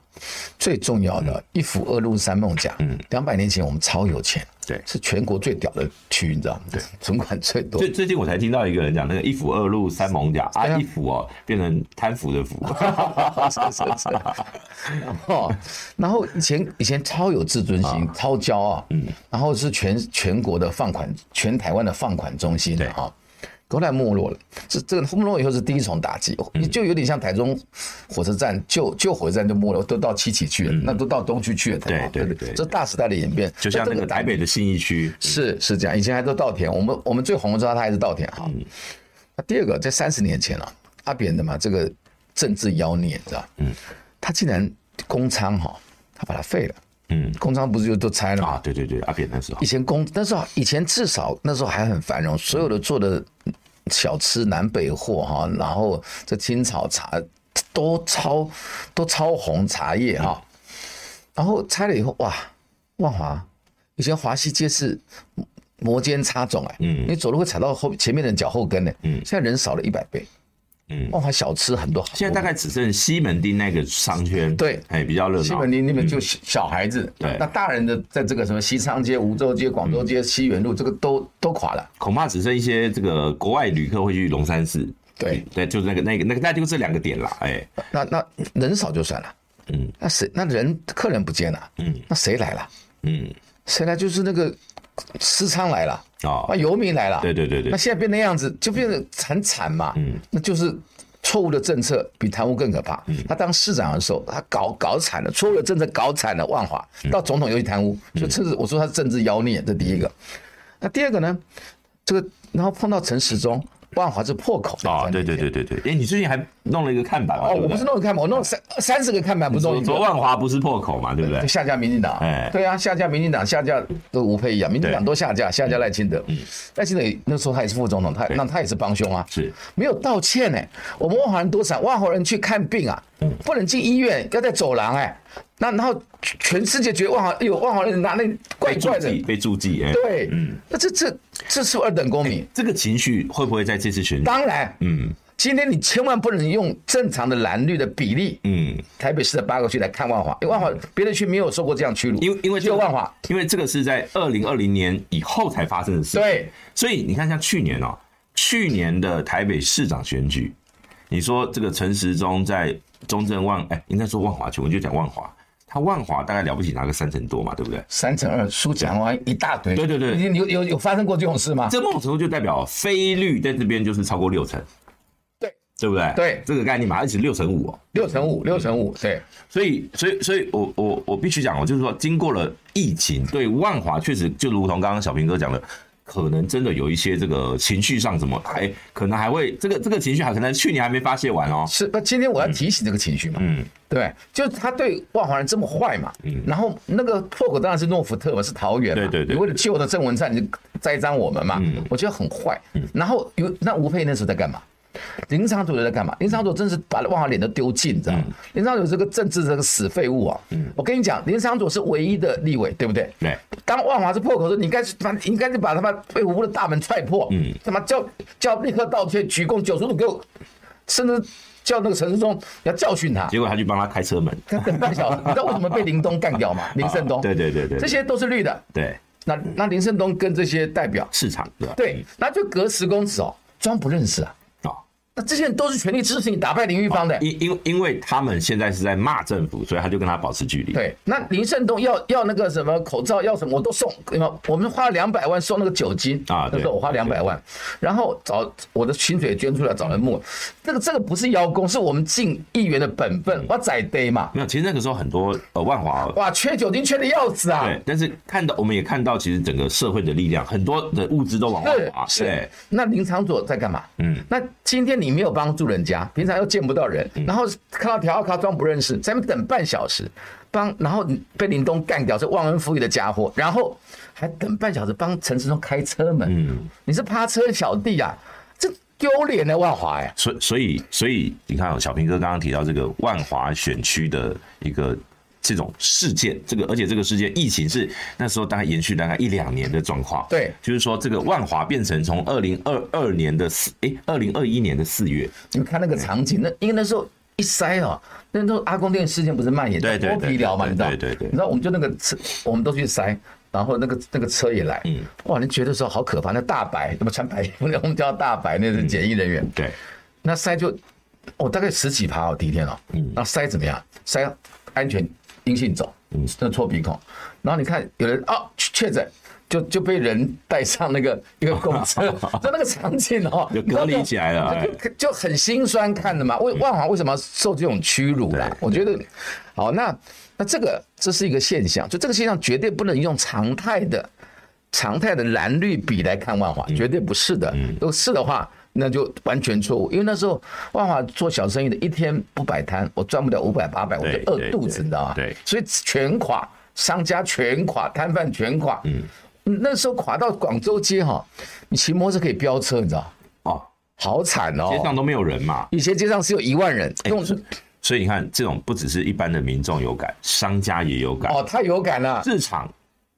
Speaker 2: 最重要
Speaker 1: 嗯
Speaker 2: 的一府二路三梦甲。嗯，两百年前我们超有钱，
Speaker 1: 对
Speaker 2: 是全国最屌的区，你知道吗？ 对，存款最多
Speaker 1: 最。最近我才听到一个人讲，那个一府二路三艋甲啊，
Speaker 2: 对啊
Speaker 1: 一府哦变成贪腐的 腐，
Speaker 2: 是是是。 然后，然后以前以前超有自尊心，
Speaker 1: 啊
Speaker 2: 超骄傲，嗯，然后是全全国的放款，全台湾的放款中心
Speaker 1: 对
Speaker 2: 啊。都来没落了，这这个没落以后是第一重打击，
Speaker 1: 嗯
Speaker 2: 就有点像台中火车站旧旧火车站就没落，都到七期去了，那都到东区去了，
Speaker 1: 对
Speaker 2: 啊
Speaker 1: 嗯对
Speaker 2: 不
Speaker 1: 对
Speaker 2: 这大时代的演变，
Speaker 1: 就像那个
Speaker 2: 打
Speaker 1: 台北的信义区，
Speaker 2: 是是这样，以前还都稻田，我们我们最红的时候，他还是稻田哈。那第二个，在三十年前啊，阿扁的嘛，这个政治妖孽，你知道？嗯，他竟然工仓哈，他把它废了。
Speaker 1: 嗯
Speaker 2: 工仓不是就都拆了
Speaker 1: 啊
Speaker 2: 嘛？，
Speaker 1: 对对对，阿扁那 时候
Speaker 2: 以，前工那时候啊以前至少那时候还很繁荣，所有的做的小吃南北货哈，然后这青草茶都超都超红茶叶哈。然后拆了以后，哇，万华以前华西街是摩摩肩擦踵哎，嗯，你走路会踩到后前面的人脚后跟呢、嗯，现在人少了一百倍，
Speaker 1: 嗯
Speaker 2: 万华小吃很多，
Speaker 1: 现在大概只剩西门町那个商圈，
Speaker 2: 对
Speaker 1: 哎，比较热闹。
Speaker 2: 西门町那边就小小孩子，
Speaker 1: 对
Speaker 2: 那大人的在这个什么西昌街、梧州街、广州街、西园路这个都都垮了，
Speaker 1: 恐怕只剩一些这个国外旅客会去龙山寺。
Speaker 2: 对
Speaker 1: 对，就是那个那个那个，那就这两个点啦。哎，
Speaker 2: 那那人少就算了，
Speaker 1: 嗯，
Speaker 2: 那谁那人客人不见了，嗯，那谁来了？
Speaker 1: 嗯，
Speaker 2: 谁来就是那个私娼来了，
Speaker 1: 哦
Speaker 2: 啊，游民来了，
Speaker 1: 对对对对
Speaker 2: 那现在变那样子，就变得很惨嘛，嗯，那就是错误的政策比贪污更可怕。
Speaker 1: 嗯
Speaker 2: 他当市长的时候，他搞搞惨了，错误的政策搞惨了万华，
Speaker 1: 嗯
Speaker 2: 到总统又去贪污，所以这是我说他是政治妖孽，这第一个。那第二个呢，这个然后碰到陈时中，万华是破口
Speaker 1: 哦，对对对对对，哎，你最近还弄了一个看板嘛？
Speaker 2: 哦，
Speaker 1: 对
Speaker 2: 我
Speaker 1: 不
Speaker 2: 不
Speaker 1: 是
Speaker 2: 是弄个看板，我弄了三三十个看板，不是弄一个
Speaker 1: 说。万华不是破口嘛，对不对
Speaker 2: 就？下架民进党
Speaker 1: 哎，
Speaker 2: 对啊，下架民进党，下架都吴佩仪啊，民进党都下架，下架赖清德，赖清德那时候他也是副总统，他那他也是帮凶啊，
Speaker 1: 是
Speaker 2: 没有道歉呢、我们万华人多惨，万华人去看病啊，
Speaker 1: 嗯
Speaker 2: 不能进医院，要在走廊哎、那然后全世界觉得万华，哎呦，万华人拿那怪
Speaker 1: 被注
Speaker 2: 怪的，
Speaker 1: 记，被注记。哎，
Speaker 2: 对，那这这这是不是二等公民，
Speaker 1: 这个情绪会不会在这次选举？
Speaker 2: 当然，嗯，今天你千万不能用正常的蓝绿的比例，
Speaker 1: 嗯，
Speaker 2: 台北市的八个区来看万华，因为万华别的区没有受过这样屈辱，
Speaker 1: 因为因为
Speaker 2: 只
Speaker 1: 这
Speaker 2: 有
Speaker 1: 个
Speaker 2: 万华。，
Speaker 1: 因为这个是在二零二零年以后才发生的事。
Speaker 2: 对，
Speaker 1: 所以你看，像去年哦，去年的台北市长选举，你说这个陈时中在中正万，哎，应该说万华区，我们就讲万华，他万华大概了不起拿个三成多嘛，对不对？
Speaker 2: 三乘二输蒋万一大堆。
Speaker 1: 对对对
Speaker 2: 你有有有发生过这种事吗？
Speaker 1: 这某种程度就代表非绿在这边就是超过六成，
Speaker 2: 对
Speaker 1: 对不对？
Speaker 2: 对
Speaker 1: 这个概念嘛，而且六成五哦。
Speaker 2: 六乘五，六乘
Speaker 1: 嗯
Speaker 2: 五，对，
Speaker 1: 所以，所以，所以我我我必须讲哦，就是说，经过了疫情，对万华确实就如同刚刚小平哥讲的，可能真的有一些这个情绪上怎么还可能还会这个这个情绪还可能去年还没发泄完哦。
Speaker 2: 是不？今天我要提醒这个情绪嘛，
Speaker 1: 嗯，
Speaker 2: 对，就是他对万华人这么坏嘛，然后那个破口当然是诺福特嘛，是桃园嘛，
Speaker 1: 对对对嗯
Speaker 2: 你为了救了郑文灿，你就栽赃我们嘛，我觉得很坏。然后有那吴佩那时候在干嘛？林长佐在干嘛？林长佐真是把万华脸都丢尽，你知道
Speaker 1: 嗯
Speaker 2: 吗？林长佐这个政治这个死废物啊！我跟你讲，林长佐是唯一的立委，对不对？
Speaker 1: 对。
Speaker 2: 当万华是破口的时候，你应该是把你应该是把他妈被无辜的大门踹破，嗯，他妈叫叫立刻道歉、鞠躬、九十度给我，甚至叫那个陈世忠要教训他。
Speaker 1: 结果他去帮他开车门，
Speaker 2: 他等半小时，你知道为什么被林东干 掉吗？林胜东，
Speaker 1: 啊对对对对对
Speaker 2: 这些都是绿的。
Speaker 1: 对
Speaker 2: 那那林胜东跟这些代表，
Speaker 1: 市场对吧？
Speaker 2: 对，那就隔十公尺哦，装不认识啊。
Speaker 1: 啊，
Speaker 2: 那这些人都是全力支持你打败林玉芳的。
Speaker 1: 因因因为他们现在是在骂政府，所以他就跟他保持距离。
Speaker 2: 对，那林胜东要要那个什么口罩，要什么我都送。有没有我们花了两百万送那个酒精
Speaker 1: 啊
Speaker 2: 那
Speaker 1: 对
Speaker 2: 时候我花两百万，然后找我的薪水捐出来找人募。这个这个不是邀功，是我们尽议员的本
Speaker 1: 嗯
Speaker 2: 分。我宰逮嘛，
Speaker 1: 没有，其实那个时候很多呃万华
Speaker 2: 哇，缺酒精缺的要死啊。
Speaker 1: 对，但是看到我们也看到，其实整个社会的力量，很多的物资都往外滑。
Speaker 2: 是
Speaker 1: 对
Speaker 2: 是，那林长佐在干嘛？啊哎嗯，那今天你没有帮助人家，平常又见不到人，然后看到条卡装不认识，咱们等半小时，帮，然后被林东干掉，这忘恩负义的家伙，然后还等半小时帮陈世忠开车门，嗯，你是趴车小弟啊，这丢脸的万华哎，
Speaker 1: 所以所以所以你看、哦，小平哥刚刚提到这个万华选区的一个这种事件，这个而且这个事件疫情是那时候大概延续大概一两年的状况。
Speaker 2: 对
Speaker 1: 就是说这个万华变成从二零二二年的四诶二零二一年的四月，
Speaker 2: 你们看那个场景，那因为那时候。一塞哦，那时候阿公店事件不是蔓延，
Speaker 1: 对对对
Speaker 2: 剥皮疗嘛，
Speaker 1: 对
Speaker 2: 你知道？
Speaker 1: 对对对
Speaker 2: 你知道我们就那个车，我们都去塞，然后那个那个车也来，嗯，哇，你觉得说好可怕，那大白，那么穿白衣服，我们叫大白，那
Speaker 1: 嗯
Speaker 2: 是检疫人员，
Speaker 1: 对，
Speaker 2: 那塞就，哦，大概十几趴哦，第一天哦，嗯，那塞怎么样？塞安全阴性走，嗯，那戳鼻孔，然后你看有人哦确确诊。就就被人带上那 个一个公车，就那个场景哦，
Speaker 1: 就隔离起来了哎
Speaker 2: 就就很心酸看的嘛。为万华为什么要受这种屈辱啦
Speaker 1: 对？
Speaker 2: 我觉得，好，那那这个这是一个现象，就这个现象绝对不能用常态的常态的蓝绿比来看万华，
Speaker 1: 嗯
Speaker 2: 绝对不是的。如果是的话，那就完全错误。因为那时候万华做小生意的，一天不摆摊，我赚不了五百八百，我就
Speaker 1: 对
Speaker 2: 饿
Speaker 1: 对
Speaker 2: 肚
Speaker 1: 对
Speaker 2: 子，你知道吗？
Speaker 1: 对
Speaker 2: 所以全垮，商家全垮，摊贩全垮。嗯，那时候垮到广州街哈，你骑摩托车可以飙车，你知道，
Speaker 1: 哦，
Speaker 2: 好惨哦。
Speaker 1: 街上哎都没有人嘛，
Speaker 2: 以前街上是有一万人，用
Speaker 1: 所以你看，这种不只是一般的民众有感，商家也有感。
Speaker 2: 哦太有感了。
Speaker 1: 市场、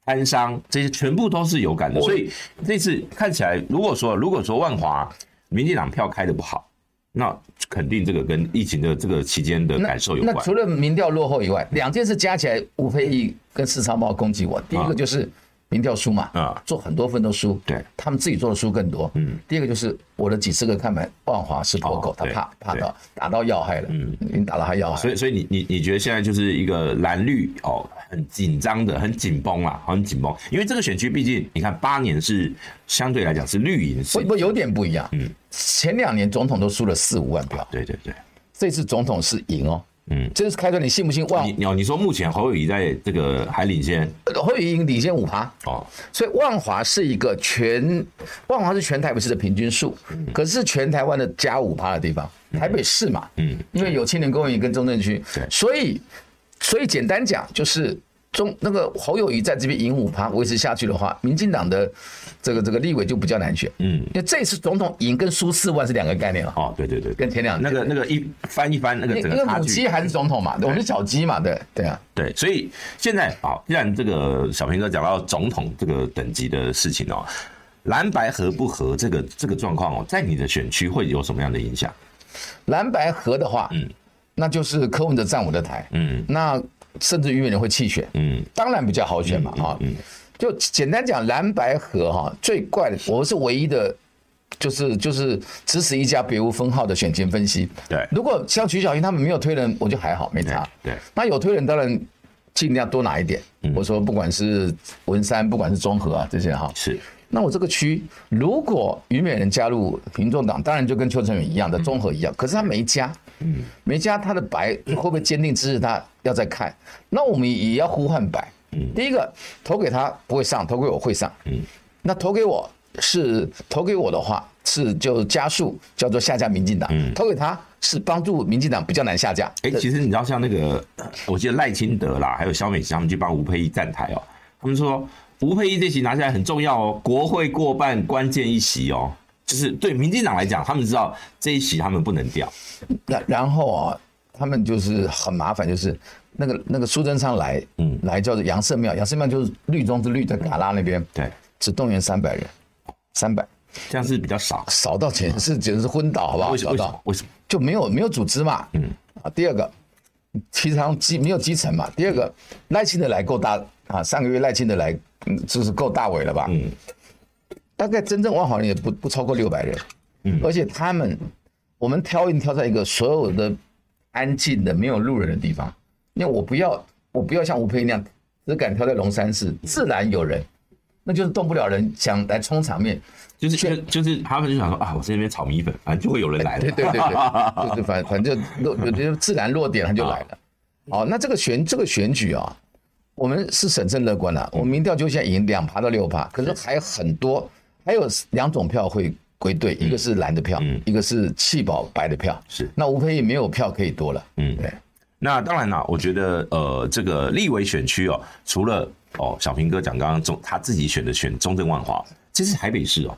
Speaker 1: 摊商这些全部都是有感的。所以这次看起来，如果说如果说万华民进党票开的不好，那肯定这个跟疫情的这个期间的感受有
Speaker 2: 那
Speaker 1: 关
Speaker 2: 除。了民调落后以外，两件事加起来，吴非义跟四超猫攻击我。第一个就是民调输嘛，
Speaker 1: 啊
Speaker 2: 做很多份都输，
Speaker 1: 对
Speaker 2: 他们自己做的输更多。嗯，第二个就是我的几十个看门，万华是破口
Speaker 1: 哦，
Speaker 2: 他
Speaker 1: 对
Speaker 2: 怕怕
Speaker 1: 对
Speaker 2: 到打到要害了，嗯，已经打到他要害了。
Speaker 1: 所以，所以你你你觉得现在就是一个蓝绿哦，很紧张的，很紧绷啊，很紧绷。因为这个选区毕竟你看八年是相对来讲是绿营是
Speaker 2: 不，不有点不一样。嗯，前两年总统都输了四五万票，
Speaker 1: 对对对。
Speaker 2: 这次总统是赢哦。嗯，这是开端，你信不信？万
Speaker 1: 你你哦，你说目前侯友谊在这个还领先
Speaker 2: 会赢领先五趴，
Speaker 1: 哦，
Speaker 2: 所以万华是一个全万华是全台北市的平均数，可是全台湾的加五趴的地方，台北市嘛，嗯，因为有青年公园跟中正区
Speaker 1: 对，
Speaker 2: 所以所以简单讲就是中那个侯友谊在这边赢五趴维持下去的话，民进党的这个这个立委就比较难选，嗯，因为这次总统赢跟输四万是两个概念了，
Speaker 1: 哦，对对对，
Speaker 2: 跟前两
Speaker 1: 那个那个一翻一翻那个
Speaker 2: 因
Speaker 1: 整
Speaker 2: 为
Speaker 1: 个
Speaker 2: 因为
Speaker 1: 差
Speaker 2: 母
Speaker 1: 距，
Speaker 2: 鸡还是总统嘛，我们是小鸡嘛，对对啊，
Speaker 1: 对，所以现在好，既然这个小平哥讲到总统这个等级的事情哦，蓝白合不合这个这个状况哦，在你的选区会有什么样的影响？
Speaker 2: 蓝白合的话，嗯，那就是柯文哲站我的台，嗯，那甚至于委人会弃选，嗯，当然比较好选嘛，哈、就简单讲蓝白合哈、最怪的，我是唯一的。就是就是支持一家别无分号的选前分析。
Speaker 1: 对哎嗯
Speaker 2: 如果像徐小英他们没有推人，我就还好，没差。
Speaker 1: 对对
Speaker 2: 那有推人当然尽量多拿一点。我说不管是文山，不管是中和啊这些哈，
Speaker 1: 是
Speaker 2: 那我这个区如果虞美人加入民众党，当然就跟邱成远一样的综合一样，可是他没加，嗯，没加他的白会不会坚定支持他，要再看。那我们也要呼唤白，嗯，第一个投给他不会上，投给我会上，嗯，那投给我是投给我的话是就加速叫做下架民进党，投给他是帮助民进党比较难下架，
Speaker 1: 哎、其实你知道，像那个，我记得赖清德啦，还有肖美琪他们去帮吴佩仪站台哦，他们说吴佩仪这席拿下来很重要哦，国会过半关键一席哦，就是对民进党来讲，他们知道这一席他们不能掉，
Speaker 2: 然然后啊，他们就是很麻烦，就是那个那个苏贞昌来，嗯，来叫做杨圣庙，杨圣庙就是绿中之绿的嘎拉那边，
Speaker 1: 对，
Speaker 2: 只动员三百人，三百
Speaker 1: 这样是比较少。
Speaker 2: 少到简直是简直是昏倒，好不好？
Speaker 1: 为什
Speaker 2: 少
Speaker 1: 为什
Speaker 2: 到
Speaker 1: 么？为什么？
Speaker 2: 就没有没有组织嘛，嗯啊，第二个，其实上基没有基层嘛，第二个赖清德来够大啊，上个月赖清德来，嗯，就是够大尾了吧，嗯，大概真正挖好人也不不超过六百人，嗯，而且他们我们挑一挑在一个所有的安静的没有路人的地方，因为我不要我不要像吴佩那样只敢挑在龙山寺，自然有人，那就是动不了人想来冲场面，
Speaker 1: 就是就就是他们就想说啊，我在那边炒米粉，反正就会有人来
Speaker 2: 对
Speaker 1: 的。
Speaker 2: 对对 对，就是反反正落有些自然落点它就来
Speaker 1: 啊
Speaker 2: 了。好，那这个选这个选举啊，我们是审慎乐观的、我们民调就现在赢两趴到六趴，可是还有很多，还有两种票会归队，一个是蓝的票，一个是弃保白的票。
Speaker 1: 嗯是
Speaker 2: 那吴佩仪没有票可以多了。嗯，对，
Speaker 1: 那当然啦，我觉得呃，这个立委选区哦，除了哦，小平哥讲刚刚中他自己选的选中正万华，这是台北市哦。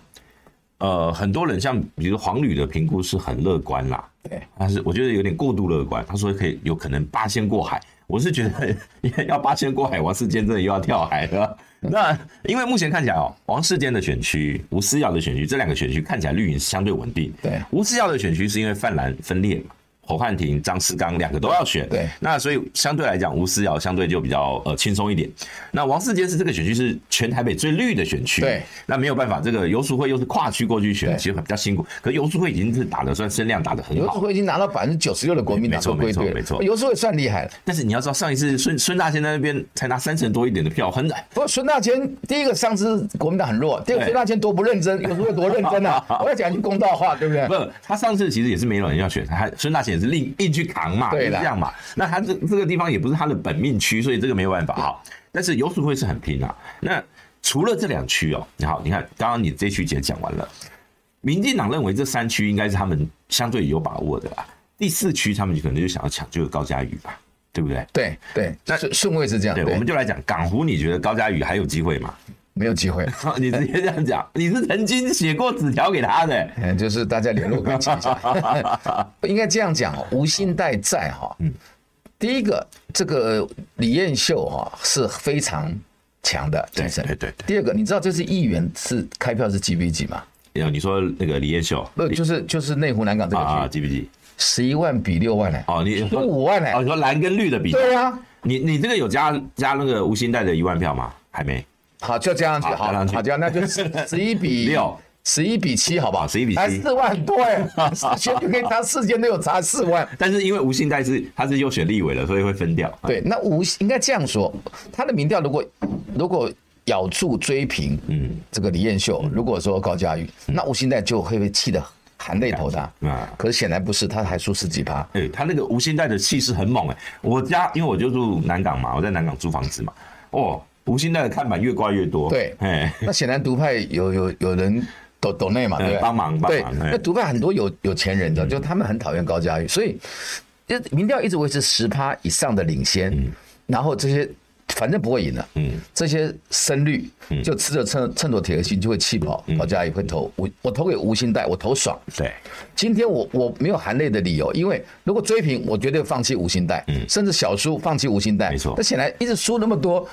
Speaker 1: 呃，很多人像比如黄旅的评估是很乐观啦，
Speaker 2: 对，
Speaker 1: 但是我觉得有点过度乐观。他说可以有可能八仙过海，我是觉得 要八仙过海，王世坚真的又要跳海了。那因为目前看起来哦，王世坚的选区、吴思瑶的选区这两个选区看起来绿营是相对稳定。
Speaker 2: 对
Speaker 1: 吴思瑶的选区是因为泛蓝分裂嘛，侯汉廷、张世刚两个都要选。
Speaker 2: 对
Speaker 1: 那所以相对来讲，吴思瑶相对就比较呃轻松一点。那王世坚是这个选区是全台北最绿的选区，
Speaker 2: 对，
Speaker 1: 那没有办法，这个游淑慧又是跨区过去选，
Speaker 2: 对
Speaker 1: 其实比较辛苦。可是游淑慧已经是打得算声量打得很
Speaker 2: 游淑
Speaker 1: 好，
Speaker 2: 慧已经拿到百分之九十六的国民党
Speaker 1: 没错
Speaker 2: 都归队了，哎
Speaker 1: 没错没错
Speaker 2: 游淑慧算厉害了。
Speaker 1: 但是你要知道，上一次孙孙大仙在那边才拿三成多一点的票，很
Speaker 2: 不过孙大千第一个上次国民党很弱，第二个
Speaker 1: 对
Speaker 2: 孙大千多不认真，游淑慧多认真啊！ 我要讲句公道话，对不对？
Speaker 1: 不，他上次其实也是没有人要选，他孙大贤也是硬硬去扛嘛，
Speaker 2: 对
Speaker 1: 就是
Speaker 2: 啦
Speaker 1: 这样嘛。那他这这个地方也不是他的本命区，所以这个没有办法哈。但是游淑慧是很拼啊。那除了这两区哦，你好，你看刚刚你这区也讲完了，民进党认为这三区应该是他们相对有把握的啦。第四区他们可能就想要抢救高嘉瑜吧，对不对？
Speaker 2: 对对，
Speaker 1: 那
Speaker 2: 顺顺位是这样，
Speaker 1: 对，我们就来讲港湖，你觉得高嘉瑜还有机会吗？
Speaker 2: 没有机会，
Speaker 1: 你直接这样讲，你是曾经写过纸条给他的，哎
Speaker 2: 嗯，就是大家联络跟请 下，应该这样讲哦，吴信代在哈，嗯，第一个这个李彦秀哈是非常强的精神，
Speaker 1: 对对对
Speaker 2: 第二个，你知道这次议员是开票是几比几吗？
Speaker 1: 然后你说那个李彦秀，
Speaker 2: 不，就是就是内湖南港这
Speaker 1: 啊
Speaker 2: 个
Speaker 1: 啊，
Speaker 2: 区，
Speaker 1: 记不记？
Speaker 2: 十一万比六万呢，
Speaker 1: 哦，你
Speaker 2: 就五万呢
Speaker 1: 哦，，你说蓝跟绿的比较，
Speaker 2: 对啊呀，
Speaker 1: 你你这个有加加那个吴兴代的一万票吗？还没，
Speaker 2: 好，就加上去，
Speaker 1: 好
Speaker 2: 好，
Speaker 1: 加上去
Speaker 2: 好，加那就十 十一比
Speaker 1: 六，
Speaker 2: 十一比七，好不好？
Speaker 1: 好11比7
Speaker 2: 哎四万多 哎，四千就可以差四千都有差四万。
Speaker 1: 但是因为吴兴代是他是又选立委了，所以会分掉。
Speaker 2: 对，那吴应该这样说，他的民调如果如果咬住追平，嗯，这个李彦秀，如果说高嘉瑜，那吴兴代就会被气得含泪投他
Speaker 1: 啊。
Speaker 2: 可是显然不是，他还输十几趴。
Speaker 1: 哎、他那个吴兴代的气势很猛哎、我家因为我就住南港嘛，我在南港租房子嘛，哦，吴兴代的看板越挂越多，
Speaker 2: 对
Speaker 1: 哎、
Speaker 2: 那显然独派有有有人抖抖内嘛，对不对？
Speaker 1: 帮忙帮
Speaker 2: 对
Speaker 1: 忙，哎
Speaker 2: 那独派很多有有钱人的，就他们很讨厌高嘉瑜，所以就民调一直维持十趴以上的领先，
Speaker 1: 嗯
Speaker 2: 然后这些反正不会赢的，嗯，这些深绿
Speaker 1: 嗯
Speaker 2: 就吃着秤秤砣铁了心就会气跑，高嘉瑜会投我我投给吴兴代，我投爽。
Speaker 1: 对，
Speaker 2: 今天我我没有含泪的理由，因为如果追平，我绝对放弃无薪贷，甚至小输放弃无薪贷，
Speaker 1: 嗯没错
Speaker 2: 那显然一直输那么多，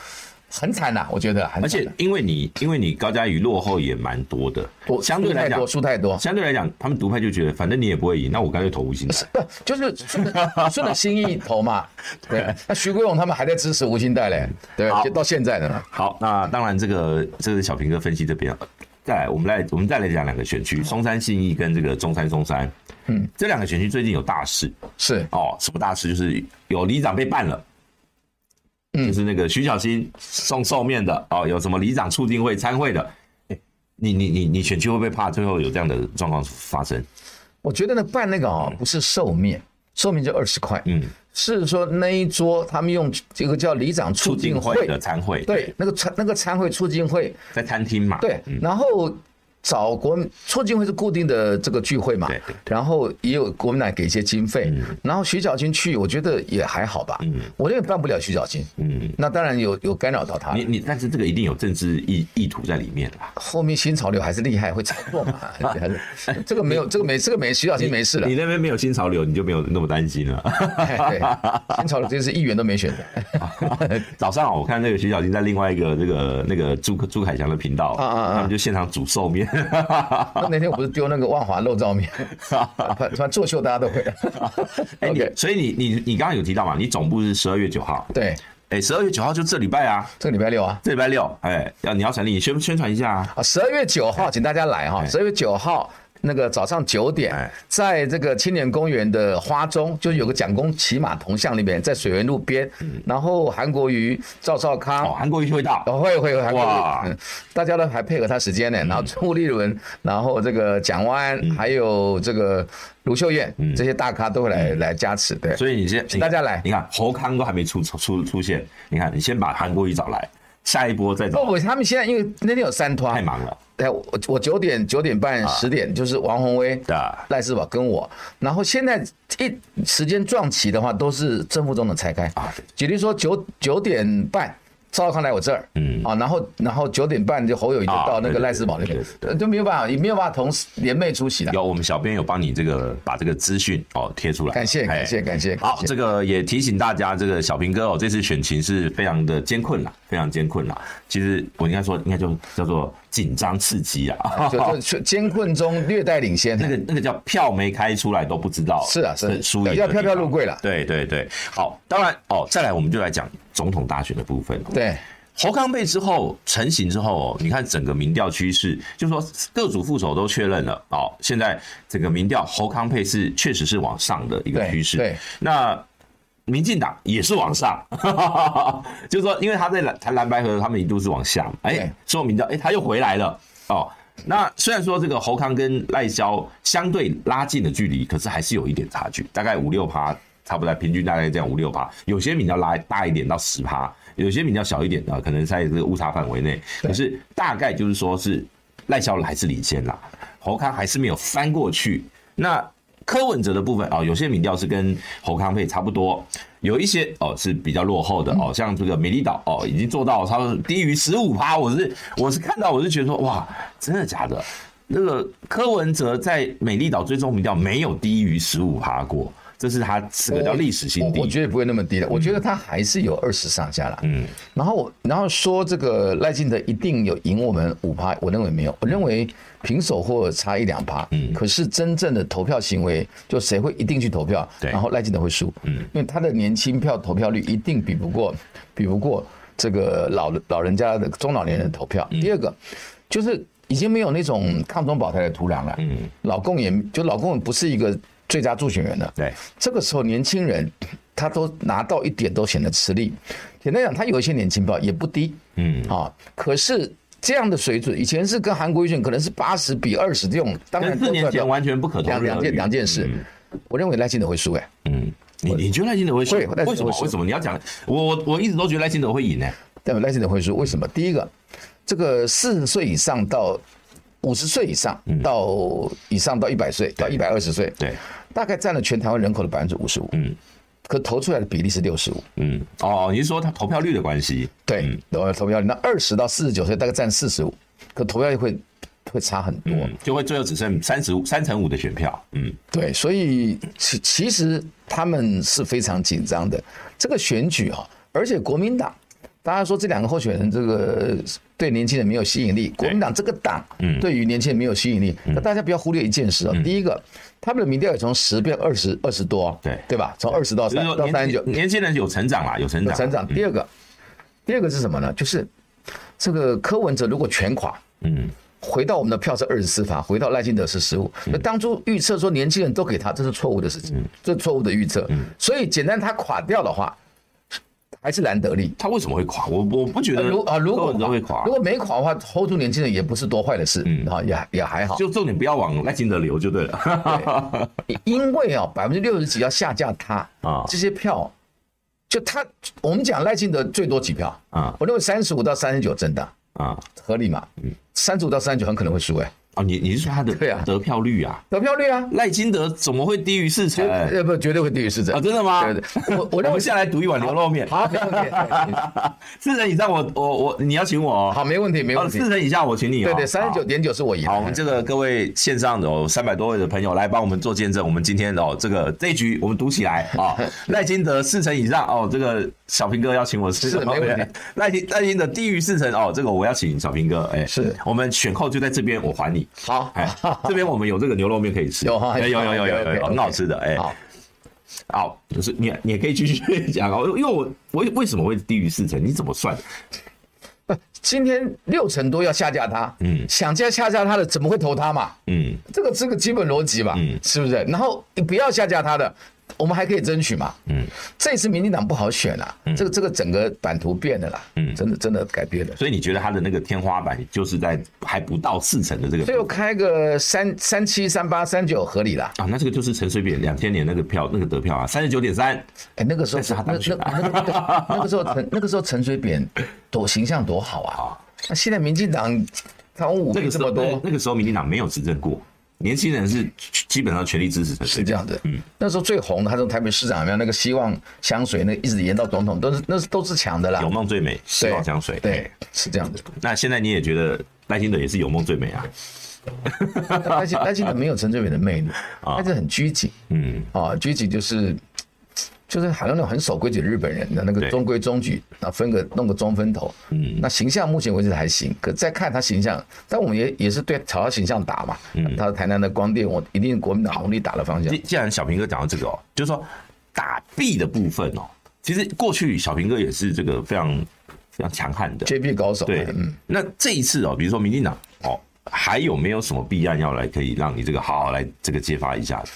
Speaker 2: 很惨呐、我觉得很惨啊。
Speaker 1: 而且因为你因为你高嘉瑜落后也蛮多的，
Speaker 2: 我
Speaker 1: 相对
Speaker 2: 输太
Speaker 1: 来讲
Speaker 2: 多，输太多，
Speaker 1: 哦相对来讲，他们独派就觉得反正你也不会赢，那我干脆投吴兴代。
Speaker 2: 不 就是顺着顺着心意投嘛？ 对，那徐国勇他们还在支持吴兴代嘞，对
Speaker 1: 好，
Speaker 2: 就到现在的嘛。
Speaker 1: 好，那当然这个这是小平哥分析这边，哦再来我们来我们再来讲两个选区，
Speaker 2: 嗯
Speaker 1: 松山信义跟这个中山松山，嗯，这两个选区最近有大事
Speaker 2: 是
Speaker 1: 哦，什么大事？就是有里长被办了，
Speaker 2: 嗯
Speaker 1: 就是那个徐小新送寿面的哦，有什么里长促进会、参会的，
Speaker 2: 嗯
Speaker 1: 哎你你你你选区会不会怕最后有这样的状况发生？
Speaker 2: 我觉得那办那个啊、不是寿面，寿面就二十块，
Speaker 1: 嗯，
Speaker 2: 是说那一桌他们用这个叫里长促
Speaker 1: 促
Speaker 2: 进
Speaker 1: 进
Speaker 2: 会，
Speaker 1: 会的参会，
Speaker 2: 对，，那个参那个参会促进会，
Speaker 1: 在餐厅嘛，
Speaker 2: 对，然后找国民促进会是固定的这个聚会嘛
Speaker 1: 对对，嗯
Speaker 2: 然后也有国民党给一些经费，然后徐小清去，我觉得也还好吧，我觉得办不了徐小清，
Speaker 1: 嗯，
Speaker 2: 那当然有有干扰到他
Speaker 1: 你，你但是这个一定有政治意意图在里面啦。
Speaker 2: 后面新潮流 还是厉害，会炒 作嘛，还是这个没有这个没这个没徐小清没事了哎
Speaker 1: 你，那边没有新潮流，你就没有那么担心 了。
Speaker 2: 对，新潮流这次议员都没选的，
Speaker 1: 早上哦我看那个徐小新在另外一个这个那个朱朱凯翔的频道，
Speaker 2: 啊啊啊
Speaker 1: 他们就现场煮寿 面，
Speaker 2: 那那天我不是丢那个万华肉燥面，反正作秀大家都会，
Speaker 1: 哎、你
Speaker 2: OK
Speaker 1: 所以你你你刚刚有提到嘛，你总部是十二月九号，
Speaker 2: 对，
Speaker 1: 哎、十二月九号就这礼拜啊，
Speaker 2: 这个礼拜六啊。
Speaker 1: 这礼拜六，哎、要你要成立，你宣宣传一下啊，
Speaker 2: 啊，十二月九号，请大家来哈，
Speaker 1: 哎
Speaker 2: 十二月九号。那个早上九点
Speaker 1: 哎，
Speaker 2: 在这个青年公园的花中，就是有个蒋公骑马铜像那边，在水源路边。
Speaker 1: 嗯
Speaker 2: 然后韩国瑜、赵少康
Speaker 1: 哦，，韩国瑜会到，
Speaker 2: 哦会会会韩国
Speaker 1: 哇嗯
Speaker 2: 瑜，嗯大家都还配合他时间呢。然后朱立伦，然后这个蒋万安，还有这个卢秀燕，这些大咖都会来来加持。对，
Speaker 1: 嗯所以你先
Speaker 2: 请大家来
Speaker 1: 你看侯康都还没出出出出现，你看你先把韩国瑜找来，下一波再
Speaker 2: 不
Speaker 1: 找，
Speaker 2: 不，哦他们现在因为那天有三团
Speaker 1: 太，忙了，
Speaker 2: 哎，我我九点九点
Speaker 1: 啊
Speaker 2: 半十点就是王宏威
Speaker 1: 对啊
Speaker 2: 赖世宝跟我，然后现在一时间撞齐的话，都是正副总统拆开
Speaker 1: 啊对。
Speaker 2: 举例说九九点半。赵少康来我这儿，
Speaker 1: 嗯
Speaker 2: 啊，然后然后九点半就侯友谊就
Speaker 1: 啊
Speaker 2: 到那
Speaker 1: 对
Speaker 2: 个
Speaker 1: 对
Speaker 2: 赖世宝那边
Speaker 1: 对对，对
Speaker 2: 呃就没有办法，也没有办法同时联袂出席的。
Speaker 1: 有我们小编有帮你这个把这个资讯哦贴出来，
Speaker 2: 感谢
Speaker 1: 哎
Speaker 2: 感谢感谢，
Speaker 1: 好
Speaker 2: 感，谢
Speaker 1: 这个也提醒大家，这个小平哥哦，这次选情是非常的艰困啦，非常艰困啦。其实我应该说，应该就叫做紧张刺激啊。
Speaker 2: 就就就艰困中略带领 先
Speaker 1: 那。个那个叫票没开出来都不知道，
Speaker 2: 是啊是啊
Speaker 1: 输赢的地
Speaker 2: 要
Speaker 1: 方
Speaker 2: 票票入柜啦
Speaker 1: 对对对，好，当然哦，再来我们就来讲总统大选的部分。哦
Speaker 2: 对，
Speaker 1: 侯康被之后成型之后、哦，你看整个民调趋势，就说各组副手都确认了哦。现在整个民调，侯康配是确实是往上的一个
Speaker 2: 对
Speaker 1: 趋势。
Speaker 2: 对，
Speaker 1: 那民进党也是往上， 就是说，因为他在蓝谈蓝白河，他们一度是往下嘛，哎
Speaker 2: 对，
Speaker 1: 所以民调，哎，他又回来了哦。那虽然说这个侯康跟赖萧相对拉近的距离，可是还是有一点差距，大概五六趴，差不多平均大概这样五六趴，有些比较拉大一点到十趴，有些比较小一点呃的，可能在这个误差范围内。可是大概就是说是赖萧还是领先啦，侯康还是没有翻过去。那柯文哲的部分啊、哦，有些民调是跟侯康配差不多，有一些哦是比较落后
Speaker 2: 嗯
Speaker 1: 的哦，像这个美丽岛哦，已经做到差不多低于十五趴，我是我是看到我是觉得说哇，真的假的？那个柯文哲在美丽岛追踪民调没有低于十五趴过，这是他这个叫历史新
Speaker 2: 我我
Speaker 1: 低。
Speaker 2: 觉得不会那么低的，我觉得他还是有二十上下啦。
Speaker 1: 嗯，
Speaker 2: 然后我然后说这个赖清德一定有赢我们五趴，我认为没有，我认为平手或差一两趴。嗯，可是真正的投票行为，就谁会一定去投票，
Speaker 1: 对
Speaker 2: 然后赖清德会输，嗯，因为他的年轻票投票率一定比不过，比不过这个老老人家的中老年人的投
Speaker 1: 嗯
Speaker 2: 票。第二个就是已经没有那种抗中保台的土壤了，嗯，老共也就老共不是一个最佳助选人了，
Speaker 1: 对，
Speaker 2: 这个时候年轻人 他都拿到一点都显得吃力。简单讲，他有一些年轻票也不低，嗯啊、可是这样的水准，以前是跟韩国瑜选可能是八十比二十这种，当然
Speaker 1: 跟四年
Speaker 2: 都算
Speaker 1: 前
Speaker 2: 到
Speaker 1: 完全不可同日而嗯
Speaker 2: 两
Speaker 1: 语。
Speaker 2: 两件两件事，我认为赖清德会输哎、
Speaker 1: 嗯，你你觉得赖清德会输？
Speaker 2: 会赖清德
Speaker 1: 为什么
Speaker 2: 会？输
Speaker 1: 为什么你要讲？我我我一直都觉得赖清德会赢呢、
Speaker 2: 但赖清德会输，为什么？第一个，这个四十岁以上到五十岁以上到以上到一百岁到一百二十岁，
Speaker 1: 嗯对，
Speaker 2: 大概占了全台湾人口的百分之五十五，嗯，可投出来的比例是六十五，
Speaker 1: 嗯，哦，你是说他投票率的关系？
Speaker 2: 对，我投票率，那二十到四十九岁大概占四十五，可投票率会会差很多。
Speaker 1: 嗯，就会最后只剩三十五三乘五的选票。嗯，
Speaker 2: 对，所以其其实他们是非常紧张的这个选举啊，而且国民党。大家说这两个候选人，这个对年轻人没有吸引力。国民党这个党，
Speaker 1: 嗯
Speaker 2: 对于年轻人没有吸引力。那大家不要忽略一件事啊，第一个，他们的民调也从十变二十二十多，
Speaker 1: 对
Speaker 2: 对吧？从二十到
Speaker 1: 就是
Speaker 2: 三
Speaker 1: 说
Speaker 2: 到
Speaker 1: 年
Speaker 2: 三十九，
Speaker 1: 年轻人嗯有成长啦，有成
Speaker 2: 有
Speaker 1: 长，
Speaker 2: 成长。第二个，第二个是什么呢？就是这个柯文哲如果全垮，
Speaker 1: 嗯，
Speaker 2: 回到我们的票是二十四法，回到赖清德是十五。那当初预测说年轻
Speaker 1: 嗯
Speaker 2: 人都给他，这是错误的事情，这是错误的预测。所以简单，他垮掉的话，还是兰德利。
Speaker 1: 他为什么会垮？我我不觉
Speaker 2: 呃
Speaker 1: 得
Speaker 2: 如啊，如
Speaker 1: 柯
Speaker 2: 果
Speaker 1: 文哲会垮
Speaker 2: 如，果没垮的话，hold 住年轻人也不是多坏的事，
Speaker 1: 嗯
Speaker 2: 啊，也也还好。
Speaker 1: 就重点不要往赖清德流就对了。
Speaker 2: 对，因为啊，百分之六十几要下架他
Speaker 1: 啊
Speaker 2: 这些票，就他我们讲赖清德最多几票，
Speaker 1: 啊
Speaker 2: 我认为三十五到三十九正当
Speaker 1: 啊
Speaker 2: 合理嘛，三十五到三十九很可能会输哎，
Speaker 1: 啊！你你是说他的
Speaker 2: 对啊
Speaker 1: 得票率啊？
Speaker 2: 得票率啊，
Speaker 1: 赖清德怎么会低于市场？啊，
Speaker 2: 呃不绝对会低于市政
Speaker 1: 真的吗？
Speaker 2: 对对，我我
Speaker 1: 我
Speaker 2: 认
Speaker 1: 们
Speaker 2: 为
Speaker 1: 下来赌一碗牛肉面。
Speaker 2: 好，没问题，
Speaker 1: 四人以上我，我我你要请我哦。
Speaker 2: 好，没问题，没
Speaker 1: 哦，
Speaker 2: 问题
Speaker 1: 四，人以下我请你哦。
Speaker 2: 对对，三十九点九是我赢的，
Speaker 1: 好，我们这个各位线上的有三百多位的朋友来帮我们做见证，我们今天哦这个这一局我们赌起来啊，赖金德四成以上哦，这个小平哥要请我吃，
Speaker 2: 是没问题。
Speaker 1: 赖金赖金德低于四成哦，这个我要请小平哥，哎，
Speaker 2: 是
Speaker 1: 我们选扣就在这边，我还你。
Speaker 2: 好，
Speaker 1: 哎，这边我们有这个牛肉面可以吃，
Speaker 2: 有哈
Speaker 1: 哎有有有有有有，
Speaker 2: OK，OK，
Speaker 1: 很好吃的，哎，
Speaker 2: 好，
Speaker 1: 好，就是你你也可以继续讲哦，因为我我为什么会低于四成？你怎么算？
Speaker 2: 今天六成多要下架他，
Speaker 1: 嗯
Speaker 2: 嗯，想下下架他的怎么会投他嘛？
Speaker 1: 嗯
Speaker 2: 这个这个基本逻辑吧，
Speaker 1: 嗯
Speaker 2: 是不是？然后你不要下架他的，我们还可以争取嘛，
Speaker 1: 嗯
Speaker 2: 嗯，这次民进党不好选啦、这个这个整个版图变了啦，
Speaker 1: 嗯
Speaker 2: 嗯，真的真的改变了，
Speaker 1: 所以你觉得它的那个天花板就是在还不到四成的这个
Speaker 2: 所以我开个三三七三八三九合理啦，
Speaker 1: 啊，那这个就是陈水扁两千年那个票那个得票啊，三十九点三，
Speaker 2: 哎，那个时候
Speaker 1: 但是他当选
Speaker 2: 那那那个对那个时候陈那个时候陈水扁多形象多好啊，那现在民进党贪污舞
Speaker 1: 那
Speaker 2: 弊
Speaker 1: 个时
Speaker 2: 这
Speaker 1: 候
Speaker 2: 么多，
Speaker 1: 那个时候民进党没有执政过，年轻人是基本上全力支持陈水
Speaker 2: 是
Speaker 1: 扁。
Speaker 2: 这样的，嗯，那时候最红的，他从台北市长有没有那个希望香水，那个一直延到总统，都是那是都是抢的啦
Speaker 1: 有，梦最美，希望香水。哎
Speaker 2: 对，是这样的。
Speaker 1: 那现在你也觉得赖清德也是有梦最美啊？
Speaker 2: 但是但现在没有陈水扁的 魅力，
Speaker 1: 啊
Speaker 2: 他是很拘谨
Speaker 1: 嗯，
Speaker 2: 啊，拘谨就是就是好像那种很守规矩的日本人的那
Speaker 1: 对
Speaker 2: 个中规中矩，啊，分个弄个中分头，嗯，那形象目前为止还行，可再看他形象，但我们也也是对朝他形象打嘛，
Speaker 1: 嗯
Speaker 2: 他台南的光电，我一定国民党红利打的方向
Speaker 1: 既，既然小平哥讲到这个哦，就是说打弊的部分哦，其实过去小平哥也是这个非常非常强悍的，
Speaker 2: 绝壁高手，
Speaker 1: 对，
Speaker 2: 嗯，
Speaker 1: 那这一次哦，比如说民进党哦，还有没有什么弊案要来可以让你这个好好来这个揭发一下的？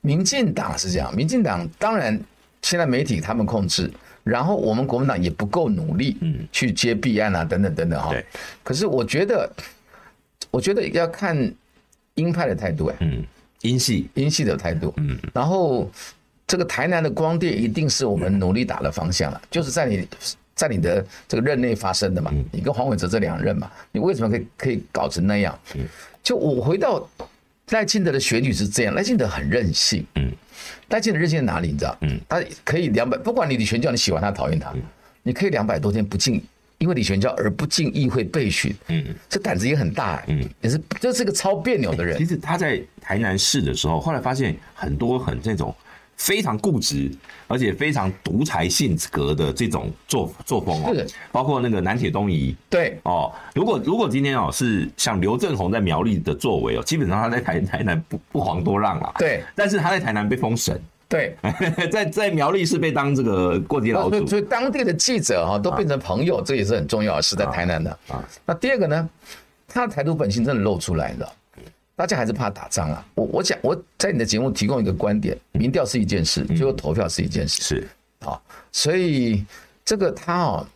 Speaker 2: 民进党是这样，民进党当然现在媒体他们控制，然后我们国民党也不够努力，嗯，去接弊案啊，等等等等哈。
Speaker 1: 对。
Speaker 2: 可是我觉得，我觉得要看鹰派的态度、哎、
Speaker 1: 嗯，英系
Speaker 2: 英系的态度，嗯，然后这个台南的光电一定是我们努力打的方向了，
Speaker 1: 嗯
Speaker 2: 就是在你。在你的这个任内发生的嘛，你跟黄伟哲这两任嘛，
Speaker 1: 嗯
Speaker 2: 你为什么可以可以搞成那样？就我回到赖清德的选举是这样，赖清德很任性，
Speaker 1: 嗯，
Speaker 2: 赖清德任性在哪里？你知道，嗯，他可以两百，不管你李全教你喜欢他讨厌
Speaker 1: 嗯
Speaker 2: 他，你可以两百多天不进，因为李全教而不进议会备询，
Speaker 1: 嗯，
Speaker 2: 这胆子也很大、嗯，也是这是个超别扭的人
Speaker 1: 其，实他在台南市的时候，后来发现很多很这种非常固执，而且非常独裁性格的这种作作风哦
Speaker 2: 是，
Speaker 1: 包括那个南铁东移。
Speaker 2: 对，
Speaker 1: 哦，如果如果今天哦是像刘正宏在苗栗的作为哦，基本上他在台台南不不遑多让啦。
Speaker 2: 对
Speaker 1: 但是他在台南被封神，
Speaker 2: 对，
Speaker 1: 在在苗栗是被当这个过街老
Speaker 2: 哦所以
Speaker 1: 鼠
Speaker 2: 所以当地的记者哈、都变成朋友，这也是很重要的事，在台南的。
Speaker 1: 啊
Speaker 2: 那第二个呢，他的台独本性真的露出来了，你知道大家还是怕打仗啊。我我讲我在你的节目提供一个观点，
Speaker 1: 嗯
Speaker 2: 民调是一件事，最后投票是一件事
Speaker 1: 是
Speaker 2: 啊、所以这个他哦。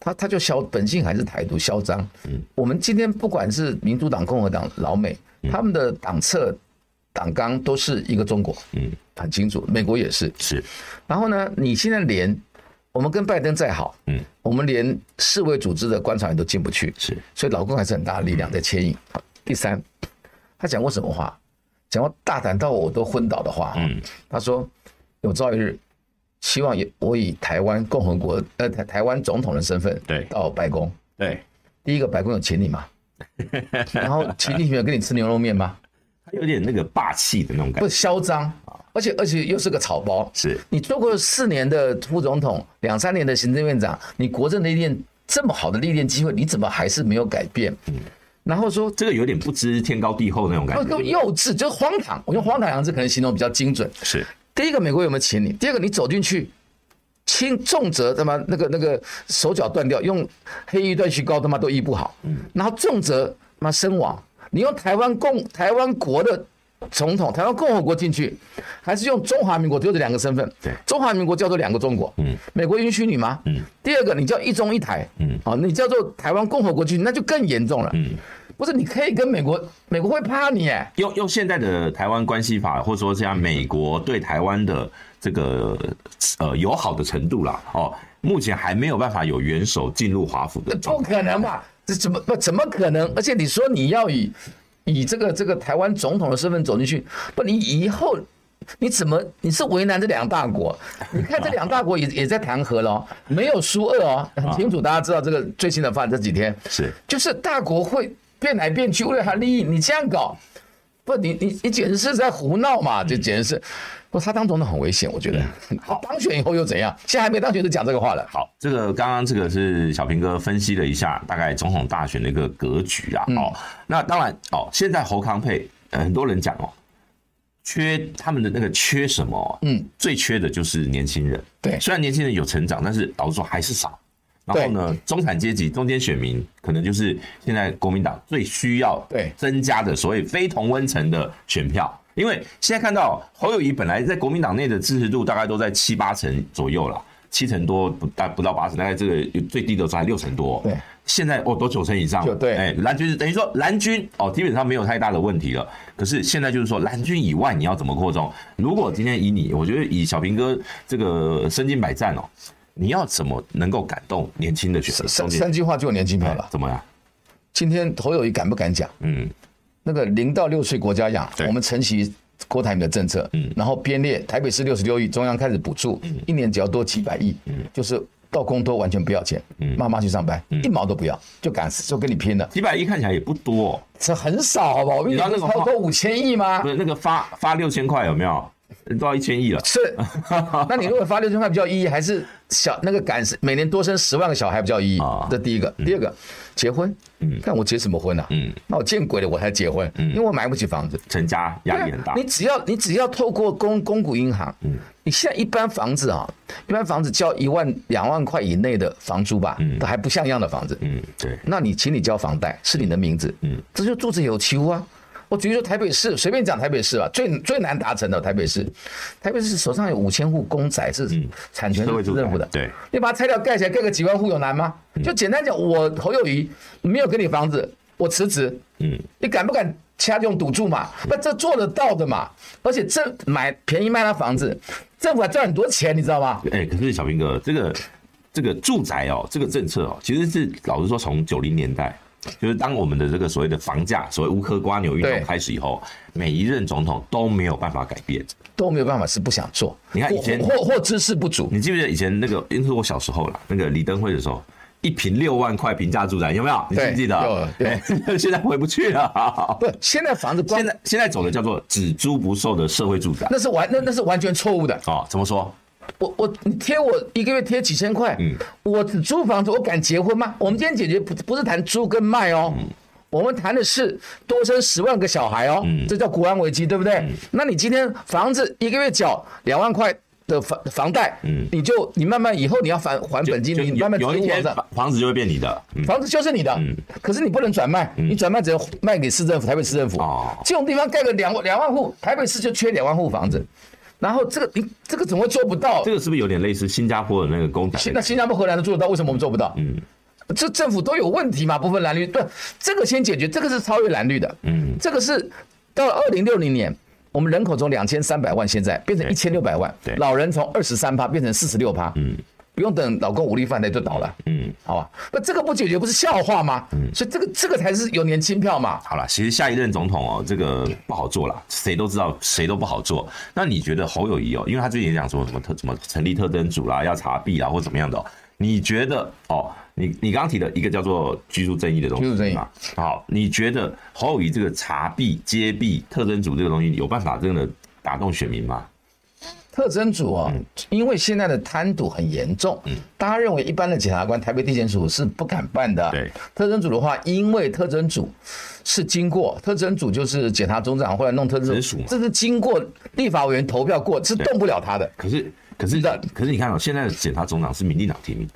Speaker 2: 他他就嚣本性还是台独嚣张，嗯，我们今天不管是民主党、共和党、老美，
Speaker 1: 嗯
Speaker 2: 他们的党策、党纲都是一个中国，
Speaker 1: 嗯，
Speaker 2: 很清楚，美国也是，
Speaker 1: 是
Speaker 2: 然后呢，你现在连我们跟拜登再好，
Speaker 1: 嗯，
Speaker 2: 我们连世卫组织的观察员都进不去，
Speaker 1: 是
Speaker 2: 所以老公还是很大的力量在牵引。第三，他讲过什么话？讲过大胆到我都昏倒的话。
Speaker 1: 嗯，
Speaker 2: 他说有朝一日，希望以我以台湾共和国呃台台湾总统的身份
Speaker 1: 对
Speaker 2: 到白宫。
Speaker 1: 对，
Speaker 2: 第一个，白宫有请 你吗？然后秦立群有跟你吃牛肉面吗？
Speaker 1: 他有点那个霸气的那种感觉，
Speaker 2: 不嚣张，而且而且又是个草包，
Speaker 1: 是
Speaker 2: 你做过四年的副总统，两三年的行政院长，你国政历练这么好的历练机会，你怎么还是没有改变？然后说
Speaker 1: 这个有点不知天高地厚那种感
Speaker 2: 不
Speaker 1: 觉，
Speaker 2: 够幼稚，就是荒唐。我用荒唐两个字可能形容比较精准。
Speaker 1: 是
Speaker 2: 第一个，美国有没有请你？第二个，你走进去，轻重则他妈那个那个手脚断掉，用黑衣断续膏他妈都医不好。然后重则他妈身亡。你用台湾共台湾国的总统台湾共和国进去，还是用中华民国，只有这两个身份。
Speaker 1: 对
Speaker 2: 中华民国叫做两个中国。
Speaker 1: 嗯，
Speaker 2: 美国允许你吗？
Speaker 1: 嗯，
Speaker 2: 第二个你叫一中一台。
Speaker 1: 嗯
Speaker 2: 好，你叫做台湾共和国进去，那就更严重了。
Speaker 1: 嗯，
Speaker 2: 不是，你可以跟美国，美国会怕你哎。
Speaker 1: 用用现在的台湾关系法，或者说像美国对台湾的这个呃友好的程度啦，哦，目前还没有办法有元首进入华府的状
Speaker 2: 不
Speaker 1: 态。
Speaker 2: 可能吧？这怎么不怎么可能？而且你说你要以以这个这个台湾总统的身份走进去，不，你以后你怎么你是为难这两大国？你看这两大国也也在谈和了、哦，没有输俄哦，很清楚，大家知道这个最新的发展这几天
Speaker 1: 是
Speaker 2: 就是大国会变来变去，为了他利益，你这样搞。不，你你你简直是在胡闹嘛！这简直是，不，他当总统很危险，我觉得。他当选以后又怎样？现在还没当选就讲这个话了。
Speaker 1: 好，这个刚刚这个是小平哥分析了一下大概总统大选的一个格局
Speaker 2: 嗯
Speaker 1: 啊。哦，那当然哦，现在侯康配、呃很多人讲哦，缺他们的那个缺什么哦？
Speaker 2: 嗯，
Speaker 1: 最缺的就是年轻人。
Speaker 2: 对
Speaker 1: 虽然年轻人有成长，但是老实说还是少。然后呢，中产阶级、中间选民可能就是现在国民党最需要
Speaker 2: 对
Speaker 1: 增加的所谓非同温层的选票。因为现在看到侯友谊本来在国民党内的支持度大概都在七八成左右了，七成多不大不到八成，大概这个最低的时候还六成多。
Speaker 2: 对，
Speaker 1: 现在哦都九成以上了。
Speaker 2: 九对
Speaker 1: 哎，蓝军等于说蓝军哦基本上没有太大的问题了。可是现在就是说蓝军以外你要怎么扩充？如果今天以你，我觉得以小平哥这个身经百战哦，你要怎么能够感动年轻的选手？
Speaker 2: 三
Speaker 1: 中间
Speaker 2: 三句话就有年轻票
Speaker 1: 哎
Speaker 2: 了。
Speaker 1: 怎么样？
Speaker 2: 今天侯友谊敢不敢讲？
Speaker 1: 嗯，
Speaker 2: 那个零到六岁国家养
Speaker 1: 对，
Speaker 2: 我们承袭郭台铭的政策，
Speaker 1: 嗯
Speaker 2: 然后编列台北市六十六亿，中央开始补助，一年只要多几百亿，就是到公托完全不要钱，妈妈去上班，一毛都不要，就敢就跟你拼了，
Speaker 1: 几百亿看起来也不多、哦，
Speaker 2: 这很少好不好？我跟你
Speaker 1: 你知道
Speaker 2: 讲，
Speaker 1: 那个
Speaker 2: 超
Speaker 1: 话
Speaker 2: 过五千亿吗
Speaker 1: 不？是那个发发六千块有没有？都要一千亿了。
Speaker 2: 是，那你如果发六千块比较有意义，还是小那个敢每年多生十万个小孩比较有意义
Speaker 1: 啊？
Speaker 2: 这第一个，第二个，结婚，看我结什么婚啊？
Speaker 1: 嗯
Speaker 2: 那我见鬼了，我才结婚，因为我买不起房子。
Speaker 1: 成家压力很大嗯
Speaker 2: 对啊。你只要你只要透过公公股银行，你现在一般房子啊，一般房子交一万两万块以内的房租吧，都还不像样的房子。
Speaker 1: 嗯，对，
Speaker 2: 那你请你交房贷是你的名字，嗯，这就住着有其屋啊。我举例说台北市，随便讲台北市吧，最最难达成的台北市，台北市手上有五千户公宅是产权
Speaker 1: 嗯社会
Speaker 2: 是
Speaker 1: 住
Speaker 2: 市
Speaker 1: 宅嗯
Speaker 2: 政府的，
Speaker 1: 对，
Speaker 2: 你把它拆掉盖起来盖个几万户有难吗？就简单讲，我侯友谊没有给你房子，我辞职，
Speaker 1: 嗯，
Speaker 2: 你敢不敢掐这种赌注嘛？那这做得到的嘛？而且政买便宜卖他房子，政府还赚很多钱，你知道吗？
Speaker 1: 哎、可是小平哥，这个这个住宅哦，这个政策哦，其实是老实说，从九零年代，就是当我们的这个所谓的房价，所谓乌克瓜牛运
Speaker 2: 对
Speaker 1: 动开始以后，每一任总统都没有办法改变。
Speaker 2: 都没有办法，是不想做，
Speaker 1: 你看以前
Speaker 2: 或或或知识不足，
Speaker 1: 你记不记得以前那个，因为是我小时候啦，那个李登辉的时候。一平六万块平价住宅有没有？你记不记得？
Speaker 2: 对
Speaker 1: 哎现在回不去了。
Speaker 2: 不，现在房子光
Speaker 1: 现在现在走的叫做只租不售的社会住宅
Speaker 2: 那是完那那是完全错误的。
Speaker 1: 哦，怎么说？
Speaker 2: 我我你贴我一个月贴几千块，
Speaker 1: 嗯
Speaker 2: 我只租房子，我敢结婚吗？我们今天解决不不是谈租跟卖哦，
Speaker 1: 嗯
Speaker 2: 我们谈的是多生十万个小孩哦，
Speaker 1: 嗯
Speaker 2: 这叫国安危机，对不对？那你今天房子一个月缴两万块的房房贷，
Speaker 1: 嗯
Speaker 2: 你就你慢慢以后你要还还本金，
Speaker 1: 就
Speaker 2: 你
Speaker 1: 有
Speaker 2: 慢慢
Speaker 1: 有一
Speaker 2: 租
Speaker 1: 天
Speaker 2: 房子。
Speaker 1: 房房子就会变你的。嗯，
Speaker 2: 房子就是你的，可是你不能转卖，你转卖只能卖给市政府，台北市政府。
Speaker 1: 哦
Speaker 2: 这种地方盖个两两万户，台北市就缺两万户房子，然后这个你这个怎么会做不到？
Speaker 1: 这个是不是有点类似新加坡的那个公宅？
Speaker 2: 新那新加坡、荷兰都做得到，为什么我们做不到？嗯，这政府都有问题嘛，不分蓝绿，对，这个先解决，这个是超越蓝绿的，嗯，这个是到了二零六零年。我们人口从两千三百万现在变成一千六百万，
Speaker 1: 对
Speaker 2: 老人从二十三趴变成四十六趴，嗯，不用等老公武力犯罪就倒了，
Speaker 1: 嗯，
Speaker 2: 好吧？那这个不解决不是笑话吗？嗯，所以这个这个才是有年轻票嘛，
Speaker 1: 好了，其实下一任总统哦，这个不好做了，谁都知道，谁都不好做。那你觉得侯友谊哦，因为他最近也讲说什么特什么成立特征组啦，要查弊啦或怎么样的、哦，你觉得哦，你你刚刚提的一个叫做居住正义的东西嘛，
Speaker 2: 居住正义特征组啊、
Speaker 1: 嗯
Speaker 2: 因为现在的贪渎很严重，大家认为一般的检察官，台北地检署是不敢办的。
Speaker 1: 对，
Speaker 2: 特征组的话，因为特征组是经过特征组就是检察总长后来弄特征
Speaker 1: 直属嘛
Speaker 2: 这是经过立法委员投票过，是动不了他的。
Speaker 1: 可是可是
Speaker 2: 那
Speaker 1: 可是你看哦，现在的检察总长是民进党提名的，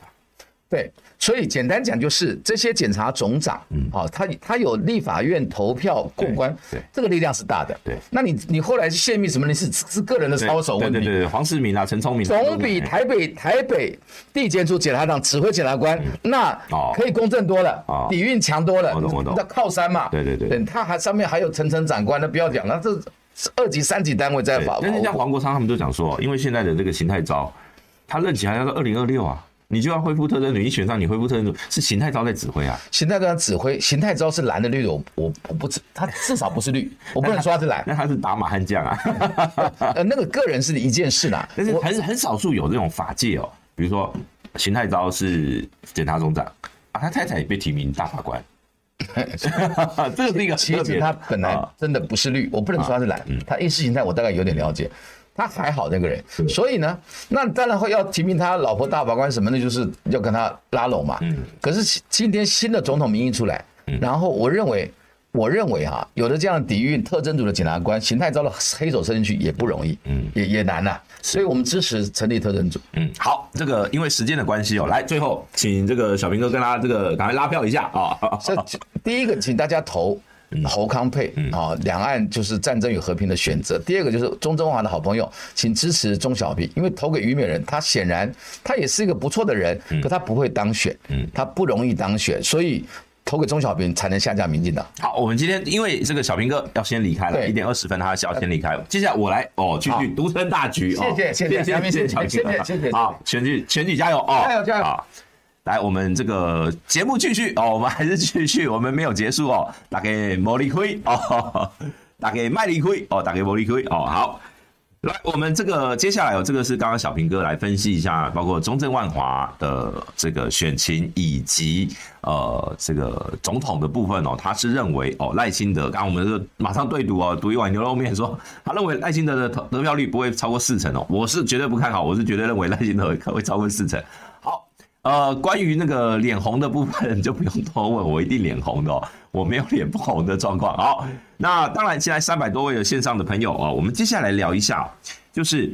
Speaker 2: 对，所以简单讲就是这些检察总长，嗯，哦，他他有立法院投票过关，
Speaker 1: 对对
Speaker 2: 这个力量是大的，
Speaker 1: 对
Speaker 2: 那你你后来泄密什么？你是是个人的操守问
Speaker 1: 对对
Speaker 2: 题，
Speaker 1: 对对，黄世明啊，陈聪明啊，
Speaker 2: 总比台北台北地检署检察长指挥检察官那
Speaker 1: 哦
Speaker 2: 可以公正多
Speaker 1: 哦
Speaker 2: 了，底蕴强多了
Speaker 1: 我懂我，懂
Speaker 2: 那靠山嘛，
Speaker 1: 对对对
Speaker 2: 等他还上面还有层层长官，那不要讲了，这是二级三级单位在
Speaker 1: 对
Speaker 2: 法，
Speaker 1: 但是像
Speaker 2: 法务
Speaker 1: 黄国昌他们都讲说，因为现在的这个形态招，他任期还要到二零二六啊，你就要恢复特征女一选上，你恢复特征女是形态招在指挥啊，
Speaker 2: 邢泰章指挥，邢泰招是蓝的绿的，我我我不知，他至少不是绿，我不能说他 是蓝，
Speaker 1: 那他是打马悍将啊，
Speaker 2: 呃，那个个人是一件事啦，
Speaker 1: 但是
Speaker 2: 我
Speaker 1: 很很少数有这种法界哦，比如说邢太昭是检察总长啊，他太太也被提名大法 官， 这个是一个很
Speaker 2: 其
Speaker 1: 特别
Speaker 2: 实
Speaker 1: 的
Speaker 2: 他本来
Speaker 1: 啊嗯
Speaker 2: 真的不是绿，我不能说他是蓝，他意识形态我大概有点了解，他还好那个人，所以呢，那当然会要提名他老婆大法官什么的，就是要跟他拉拢嘛。
Speaker 1: 嗯
Speaker 2: 可是其今天新的总统名义出来，然后我认为，我认为哈、有的这样的底蕴特征组的检察官，邢太招的黑手伸进去也不容易，也也难呐、所以我们支持成立特征组。
Speaker 1: 嗯，好，这个因为时间的关系哦，来最后请这个小平哥跟大家这个赶快拉票一下啊、
Speaker 2: 这第一个，请大家投侯康沛啊，两岸就是战争与和平的选择。第二个就是钟中华的好朋友，请支持钟小平，因为投给虞美人，他显然他也是一个不错的人，可他不会当选，他不容易当选，所以投给钟小平才能下架民进党。
Speaker 1: 好，我们今天因为这个小平哥要先离开了，
Speaker 2: 对
Speaker 1: 一点二十分他要先离开，接下来我来哦，去
Speaker 2: 好
Speaker 1: 去独撑大局哦，
Speaker 2: 谢谢谢谢
Speaker 1: 谢
Speaker 2: 杨明
Speaker 1: 谢
Speaker 2: 谢
Speaker 1: 小
Speaker 2: 谢
Speaker 1: 平哥，
Speaker 2: 谢谢谢谢
Speaker 1: 好，选举选举加油哦，
Speaker 2: 加油加油
Speaker 1: 好来，我们这个节目继续哦，我们还是继续，我们没有结束哦。打给莫力亏哦，打给麦力亏哦，打给莫力亏哦。好，来，我们这个接下来哦，这个是刚刚小平哥来分析一下，包括中正万华的这个选情以及呃这个总统的部分哦，他是认为哦赖清德，刚刚我们就马上对赌哦，赌一碗牛肉面说，他认为赖清德的投得票率不会超过四成哦，我是绝对不看好，我是绝对认为赖清德会会超过四成。好，呃，关于那个脸红的部分就不用多问，我一定脸红的、哦， 我没有脸不红的状况。好，那当然，现在三百多位的线上的朋友哦，我们接下来聊一下，就是，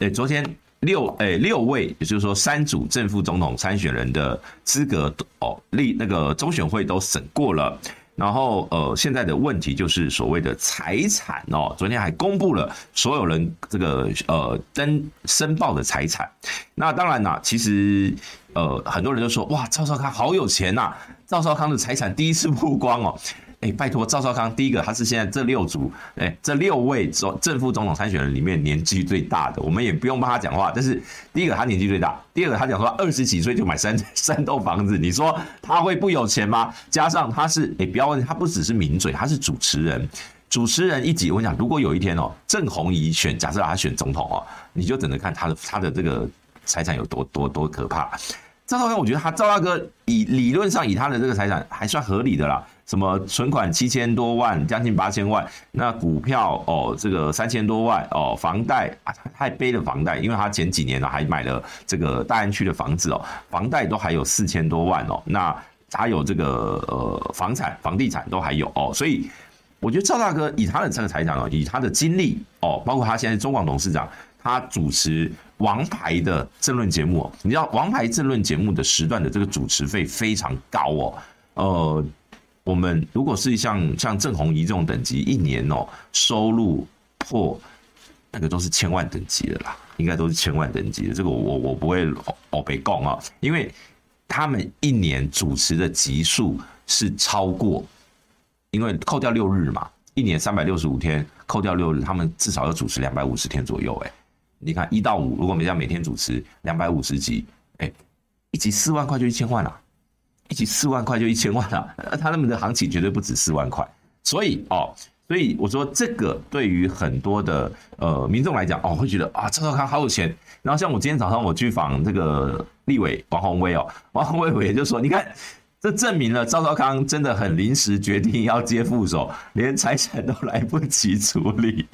Speaker 1: 呃，昨天六呃六位，也就是说三组正副总统参选人的资格都哦，立那个中选会都审过了。然后，呃，现在的问题就是所谓的财产哦，昨天还公布了所有人这个呃登申报的财产。那当然啦、其实呃，很多人都说哇，赵少康好有钱呐、赵少康的财产第一次曝光哦。哎，拜托，赵少康第一个，他是现在这六组，哎，这六位总正副总统参选人里面年纪最大的，我们也不用帮他讲话。但是第一个他年纪最大，第二个他讲说二十几岁就买三 三栋房子，你说他会不有钱吗？加上他是，哎，不要忘记，他不只是名嘴，他是主持人。主持人一集，我跟你讲，如果有一天哦，郑红怡选，假设他选总统哦，你就只能看他的他的这个财产有多多多可怕。赵少康，我觉得他赵大哥以理论上以他的这个财产还算合理的啦，什么存款七千多万，将近八千万，那股票哦这个三千多万哦，房贷啊他他还背了房贷，因为他前几年呢还买了这个大安区的房子哦，房贷都还有四千多万哦，那他有这个呃房产房地产都还有哦，所以我觉得赵大哥以他的这个财产哦，以他的经历哦，包括他现在中广董事长，他主持王牌的政论节目、哦，你知道王牌政论节目的时段的这个主持费非常高哦，呃，我们如果是像像郑红怡这种等级，一年哦收入破那个都是千万等级的啦，应该都是千万等级的，这个我我不会哦被供啊，因为他们一年主持的集数是超过因为扣掉六日嘛，一年三百六十五天，扣掉六日，他们至少要主持两百五十天左右。哎，你看一到五，如果每家每天主持两百五十集，哎，一集四万块就一千万了、一集四万块就一千万了、 呃他们的行情绝对不止四万块。所以哦，所以我说这个对于很多的呃民众来讲，哦，会觉得啊赵少康好有钱。 然后像我今天早上我去访这个立委王宏威哦，王宏威委员就说，你看这证明了赵少康真的很临时决定要接副手，连财产都来不及处理。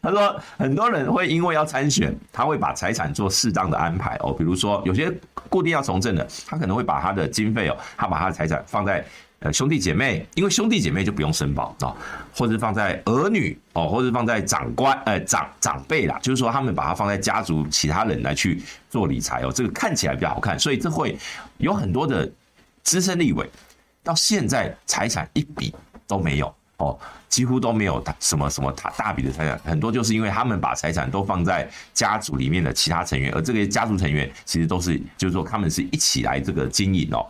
Speaker 1: 他说，很多人会因为要参选，他会把财产做适当的安排哦，比如说有些固定要从政的，他可能会把他的经费哦，他把他的财产放在。呃，兄弟姐妹，因为兄弟姐妹就不用申报啊、哦，或者放在儿女哦，或者放在长官呃长长辈啦，就是说他们把它放在家族其他人来去做理财哦，这个看起来比较好看，所以这会有很多的资深立委到现在财产一笔都没有哦，几乎都没有什么什么大大笔的财产，很多就是因为他们把财产都放在家族里面的其他成员，而这个家族成员其实都是就是说他们是一起来这个经营哦。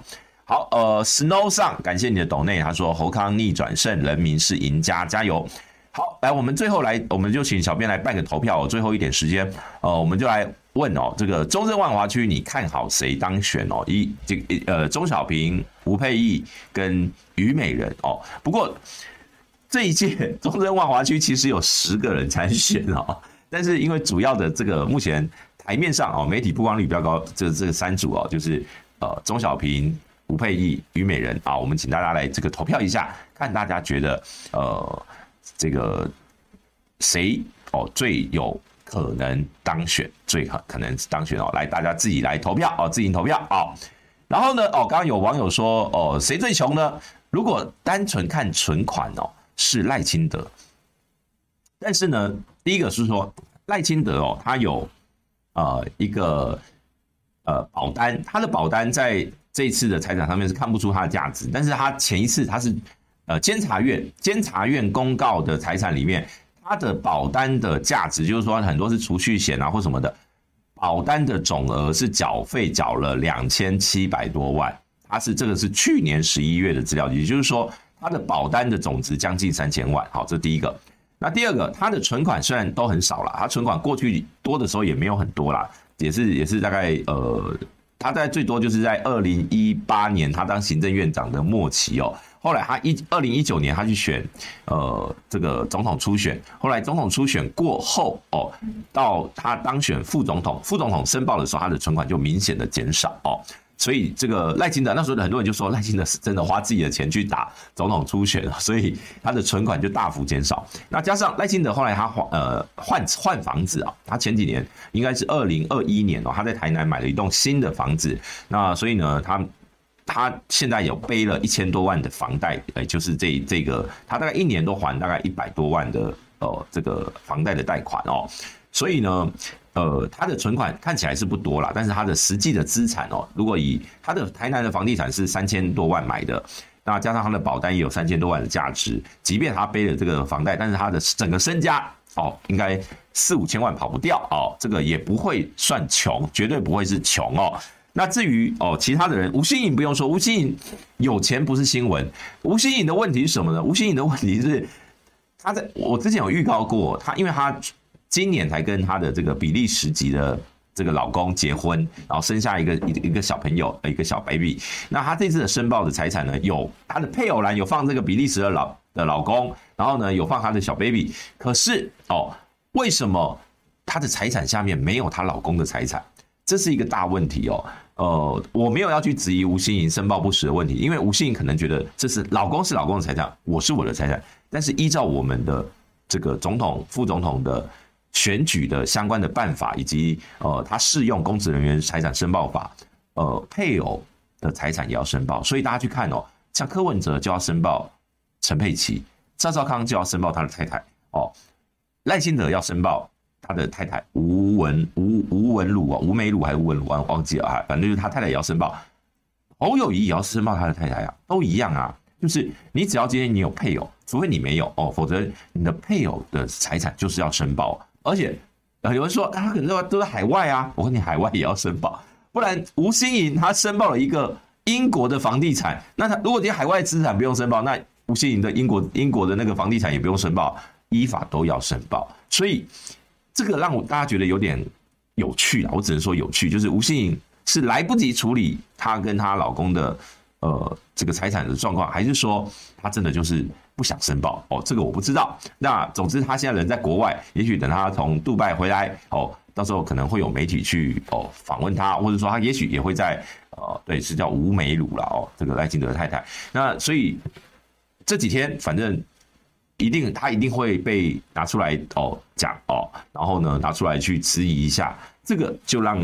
Speaker 1: 好，呃，Snow 上，感谢你的抖内，他说侯康逆转胜，人民是赢家，加油！好，来，我们最后来，我们就请小编来办个投票、哦，最后一点时间，呃，我们就来问哦，这个中正万华区你看好谁当选哦？一这个呃，钟小平、吴佩益跟虞美人哦，不过这一届 中正万华区其实有十个人参选哦，但是因为主要的这个目前台面上哦，媒体曝光率比较高，这这三组哦，就是呃，钟小平。吴佩益、虞美人啊，我们请大家来这个投票一下，看大家觉得呃这个谁哦最有可能当选，最可能当选哦，来大家自己来投票哦，自行投票哦。然后呢哦，刚刚有网友说哦谁最穷呢？如果单纯看存款哦，是赖清德。但是呢，第一个是说赖清德哦，他有呃一个呃保单，他的保单在。这一次的财产上面是看不出它的价值，但是他前一次他是，呃，监察院监察院公告的财产里面，它的保单的价值，就是说很多是储蓄险啊或什么的，保单的总额是缴费缴了两千七百多万，它是这个是去年十一月的资料，也就是说它的保单的总值将近三千万。好，这第一个。那第二个，它的存款虽然都很少了，它存款过去多的时候也没有很多啦，也是也是大概呃。他在最多就是在二零一八年，他当行政院长的末期哦。后来他一二零一九年他去选，呃，这个总统初选。后来总统初选过后哦，到他当选副总统，副总统申报的时候，他的存款就明显的减少哦。所以这个赖清德那时候很多人就说赖清德是真的花自己的钱去打总统初选， 所以他的存款就大幅减少。那加上赖清德后来他换呃换换房子啊、哦，他前几年应该是二零二一年哦，他在台南买了一栋新的房子。那所以呢，他他现在有背了一千多万的房贷，呃，就是这这个他大概一年都还大概一百多万的呃这个房贷的贷款哦。所以呢。呃，他的存款看起来是不多啦，但是他的实际的资产哦，如果以他的台南的房地产是三千多万买的，那加上他的保单也有三千多万的价值，即便他背了这个房贷，但是他的整个身家哦，应该四五千万跑不掉哦，这个也不会算穷，绝对不会是穷哦。那至于哦，其他的人，吴新颖不用说，吴新颖有钱不是新闻，吴新颖的问题是什么呢？吴新颖的问题是，他在我之前有预告过，他因为他。今年才跟她的这个比利时籍的这个老公结婚，然后生下一个一一个小朋友，呃一个小 baby。那她这次的申报的财产呢，有她的配偶栏有放这个比利时的老的老公，然后呢有放她的小 baby。可是哦，为什么她的财产下面没有她老公的财产？这是一个大问题哦。呃，我没有要去质疑吴欣颖申报不实的问题，因为吴欣颖可能觉得这是老公是老公的财产，我是我的财产。但是依照我们的这个总统、副总统的。选举的相关的办法，以及呃，他适用公职人员财产申报法，呃，配偶的财产也要申报，所以大家去看哦，像柯文哲就要申报陈佩琪，赵少康就要申报他的太太哦，赖清德要申报他的太太吴文吴吴文鲁啊，吴梅鲁还是吴文鲁，忘忘记了啊，反正就是他太太也要申报，侯友谊也要申报他的太太啊，都一样啊。就是你只要今天你有配偶，除非你没有哦，否则你的配偶的财产就是要申报。而且有人说，啊他可能都都在海外啊，我跟你海外也要申报，不然吴新颖他申报了一个英国的房地产，那他如果你海外资产不用申报，那吴新颖的英国英国的那个房地产也不用申报，依法都要申报。所以这个让我大家觉得有点有趣啊，我只能说有趣，就是吴新颖是来不及处理她跟她老公的。呃，这个财产的状况，还是说他真的就是不想申报哦？这个我不知道。那总之，他现在人在国外，也许等他从杜拜回来哦，到时候可能会有媒体去哦访问他，或者说他也许也会在呃，对，是叫吴美鲁了哦，这个赖清德太太。那所以这几天反正一定他一定会被拿出来哦讲哦，然后呢拿出来去质疑一下，这个就让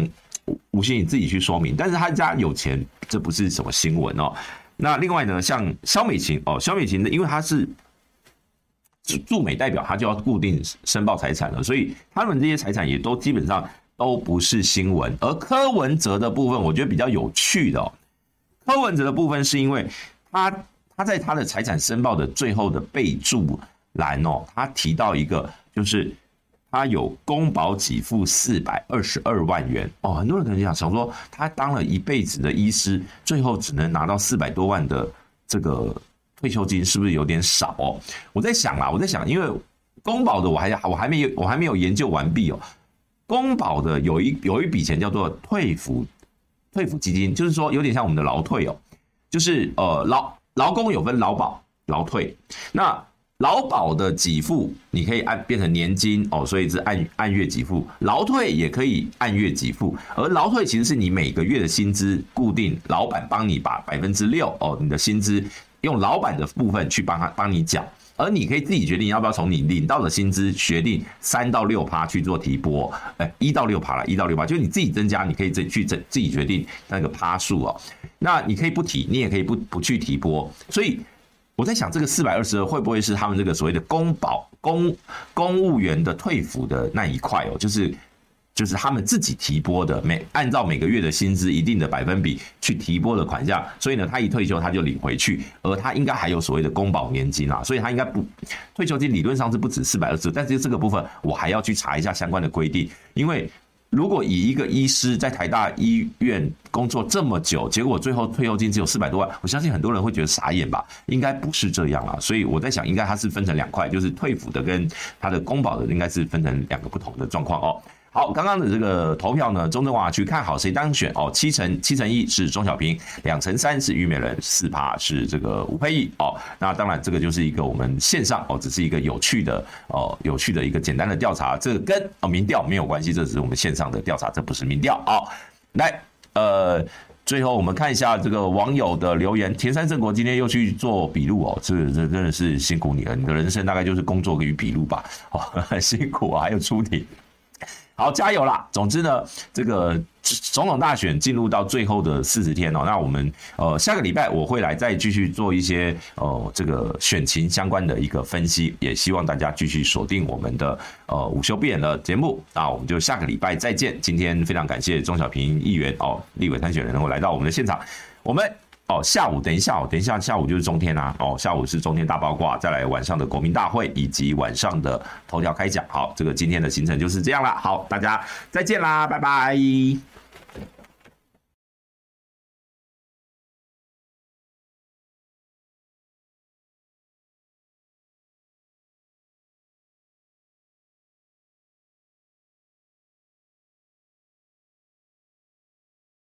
Speaker 1: 吴欣颖自己去说明。但是他家有钱，这不是什么新闻哦。那另外呢，像肖美琴哦，肖美琴呢，因为她是驻美代表，她就要固定申报财产了，所以他们这些财产也都基本上都不是新闻。而柯文哲的部分，我觉得比较有趣的、哦，柯文哲的部分是因为他他在他的财产申报的最后的备注栏哦，他提到一个就是他有公保给付四百二十二万元哦，很多人可能想想说，他当了一辈子的医师，最后只能拿到四百多万的这个退休金，是不是有点少哦？我在想啦，我在想，因为公保的我还我还没有我还没有研究完毕哦。公保的有一有一笔钱叫做退抚退抚基金，就是说有点像我们的劳退哦，就是呃劳劳工有分劳保、劳退，那。劳保的给付，你可以按变成年金哦，所以是按按月给付；劳退也可以按月给付，而劳退其实是你每个月的薪资固定，老板帮你把百分之六哦，你的薪资用老板的部分去帮他帮你缴，而你可以自己决定要不要从你领到的薪资决定三到六趴去做提拨，哎，一到六趴了，一到六趴，就是你自己增加，你可以自去自自己决定那个趴数哦。那你可以不提，你也可以不不去提拨，所以。我在想，这个四百二十二会不会是他们这个所谓的公保公公务员的退抚的那一块哦？就是就是他们自己提拨的，每按照每个月的薪资一定的百分比去提拨的款项，所以呢，他一退休他就领回去，而他应该还有所谓的公保年金啊啦，所以他应该不退休金理论上是不止四百二十，但是这个部分我还要去查一下相关的规定，因为。如果以一个医师在台大医院工作这么久，结果最后退休金只有四百多万，我相信很多人会觉得傻眼吧？应该不是这样啊，所以我在想，应该它是分成两块，就是退抚的跟它的公保的，应该是分成两个不同的状况哦。好，刚刚的这个投票呢，中正华区看好谁当选哦，七成七成一是钟小平，两成三是虞美人，四趴是这个吴佩益哦。那当然，这个就是一个我们线上哦，只是一个有趣的哦，有趣的一个简单的调查，这个跟哦民调没有关系，这只是我们线上的调查，这不是民调哦。来，呃。最后，我们看一下这个网友的留言。田山正国今天又去做笔录哦，这这真的是辛苦你了。你的人生大概就是工作与笔录吧，哦， 很辛苦啊，还有出题。好，加油啦！总之呢，这个总统大选进入到最后的四十天哦，那我们呃下个礼拜我会来再继续做一些呃这个选情相关的一个分析，也希望大家继续锁定我们的呃午休闭眼的节目。那我们就下个礼拜再见。今天非常感谢钟小平议员哦，立委参选人能够来到我们的现场，我们。哦，下午等一下，等一下，下午就是中天啦、啊。哦，下午是中天大八卦，再来晚上的国民大会以及晚上的头条开讲。好，这个今天的行程就是这样啦。好，大家再见啦，拜拜。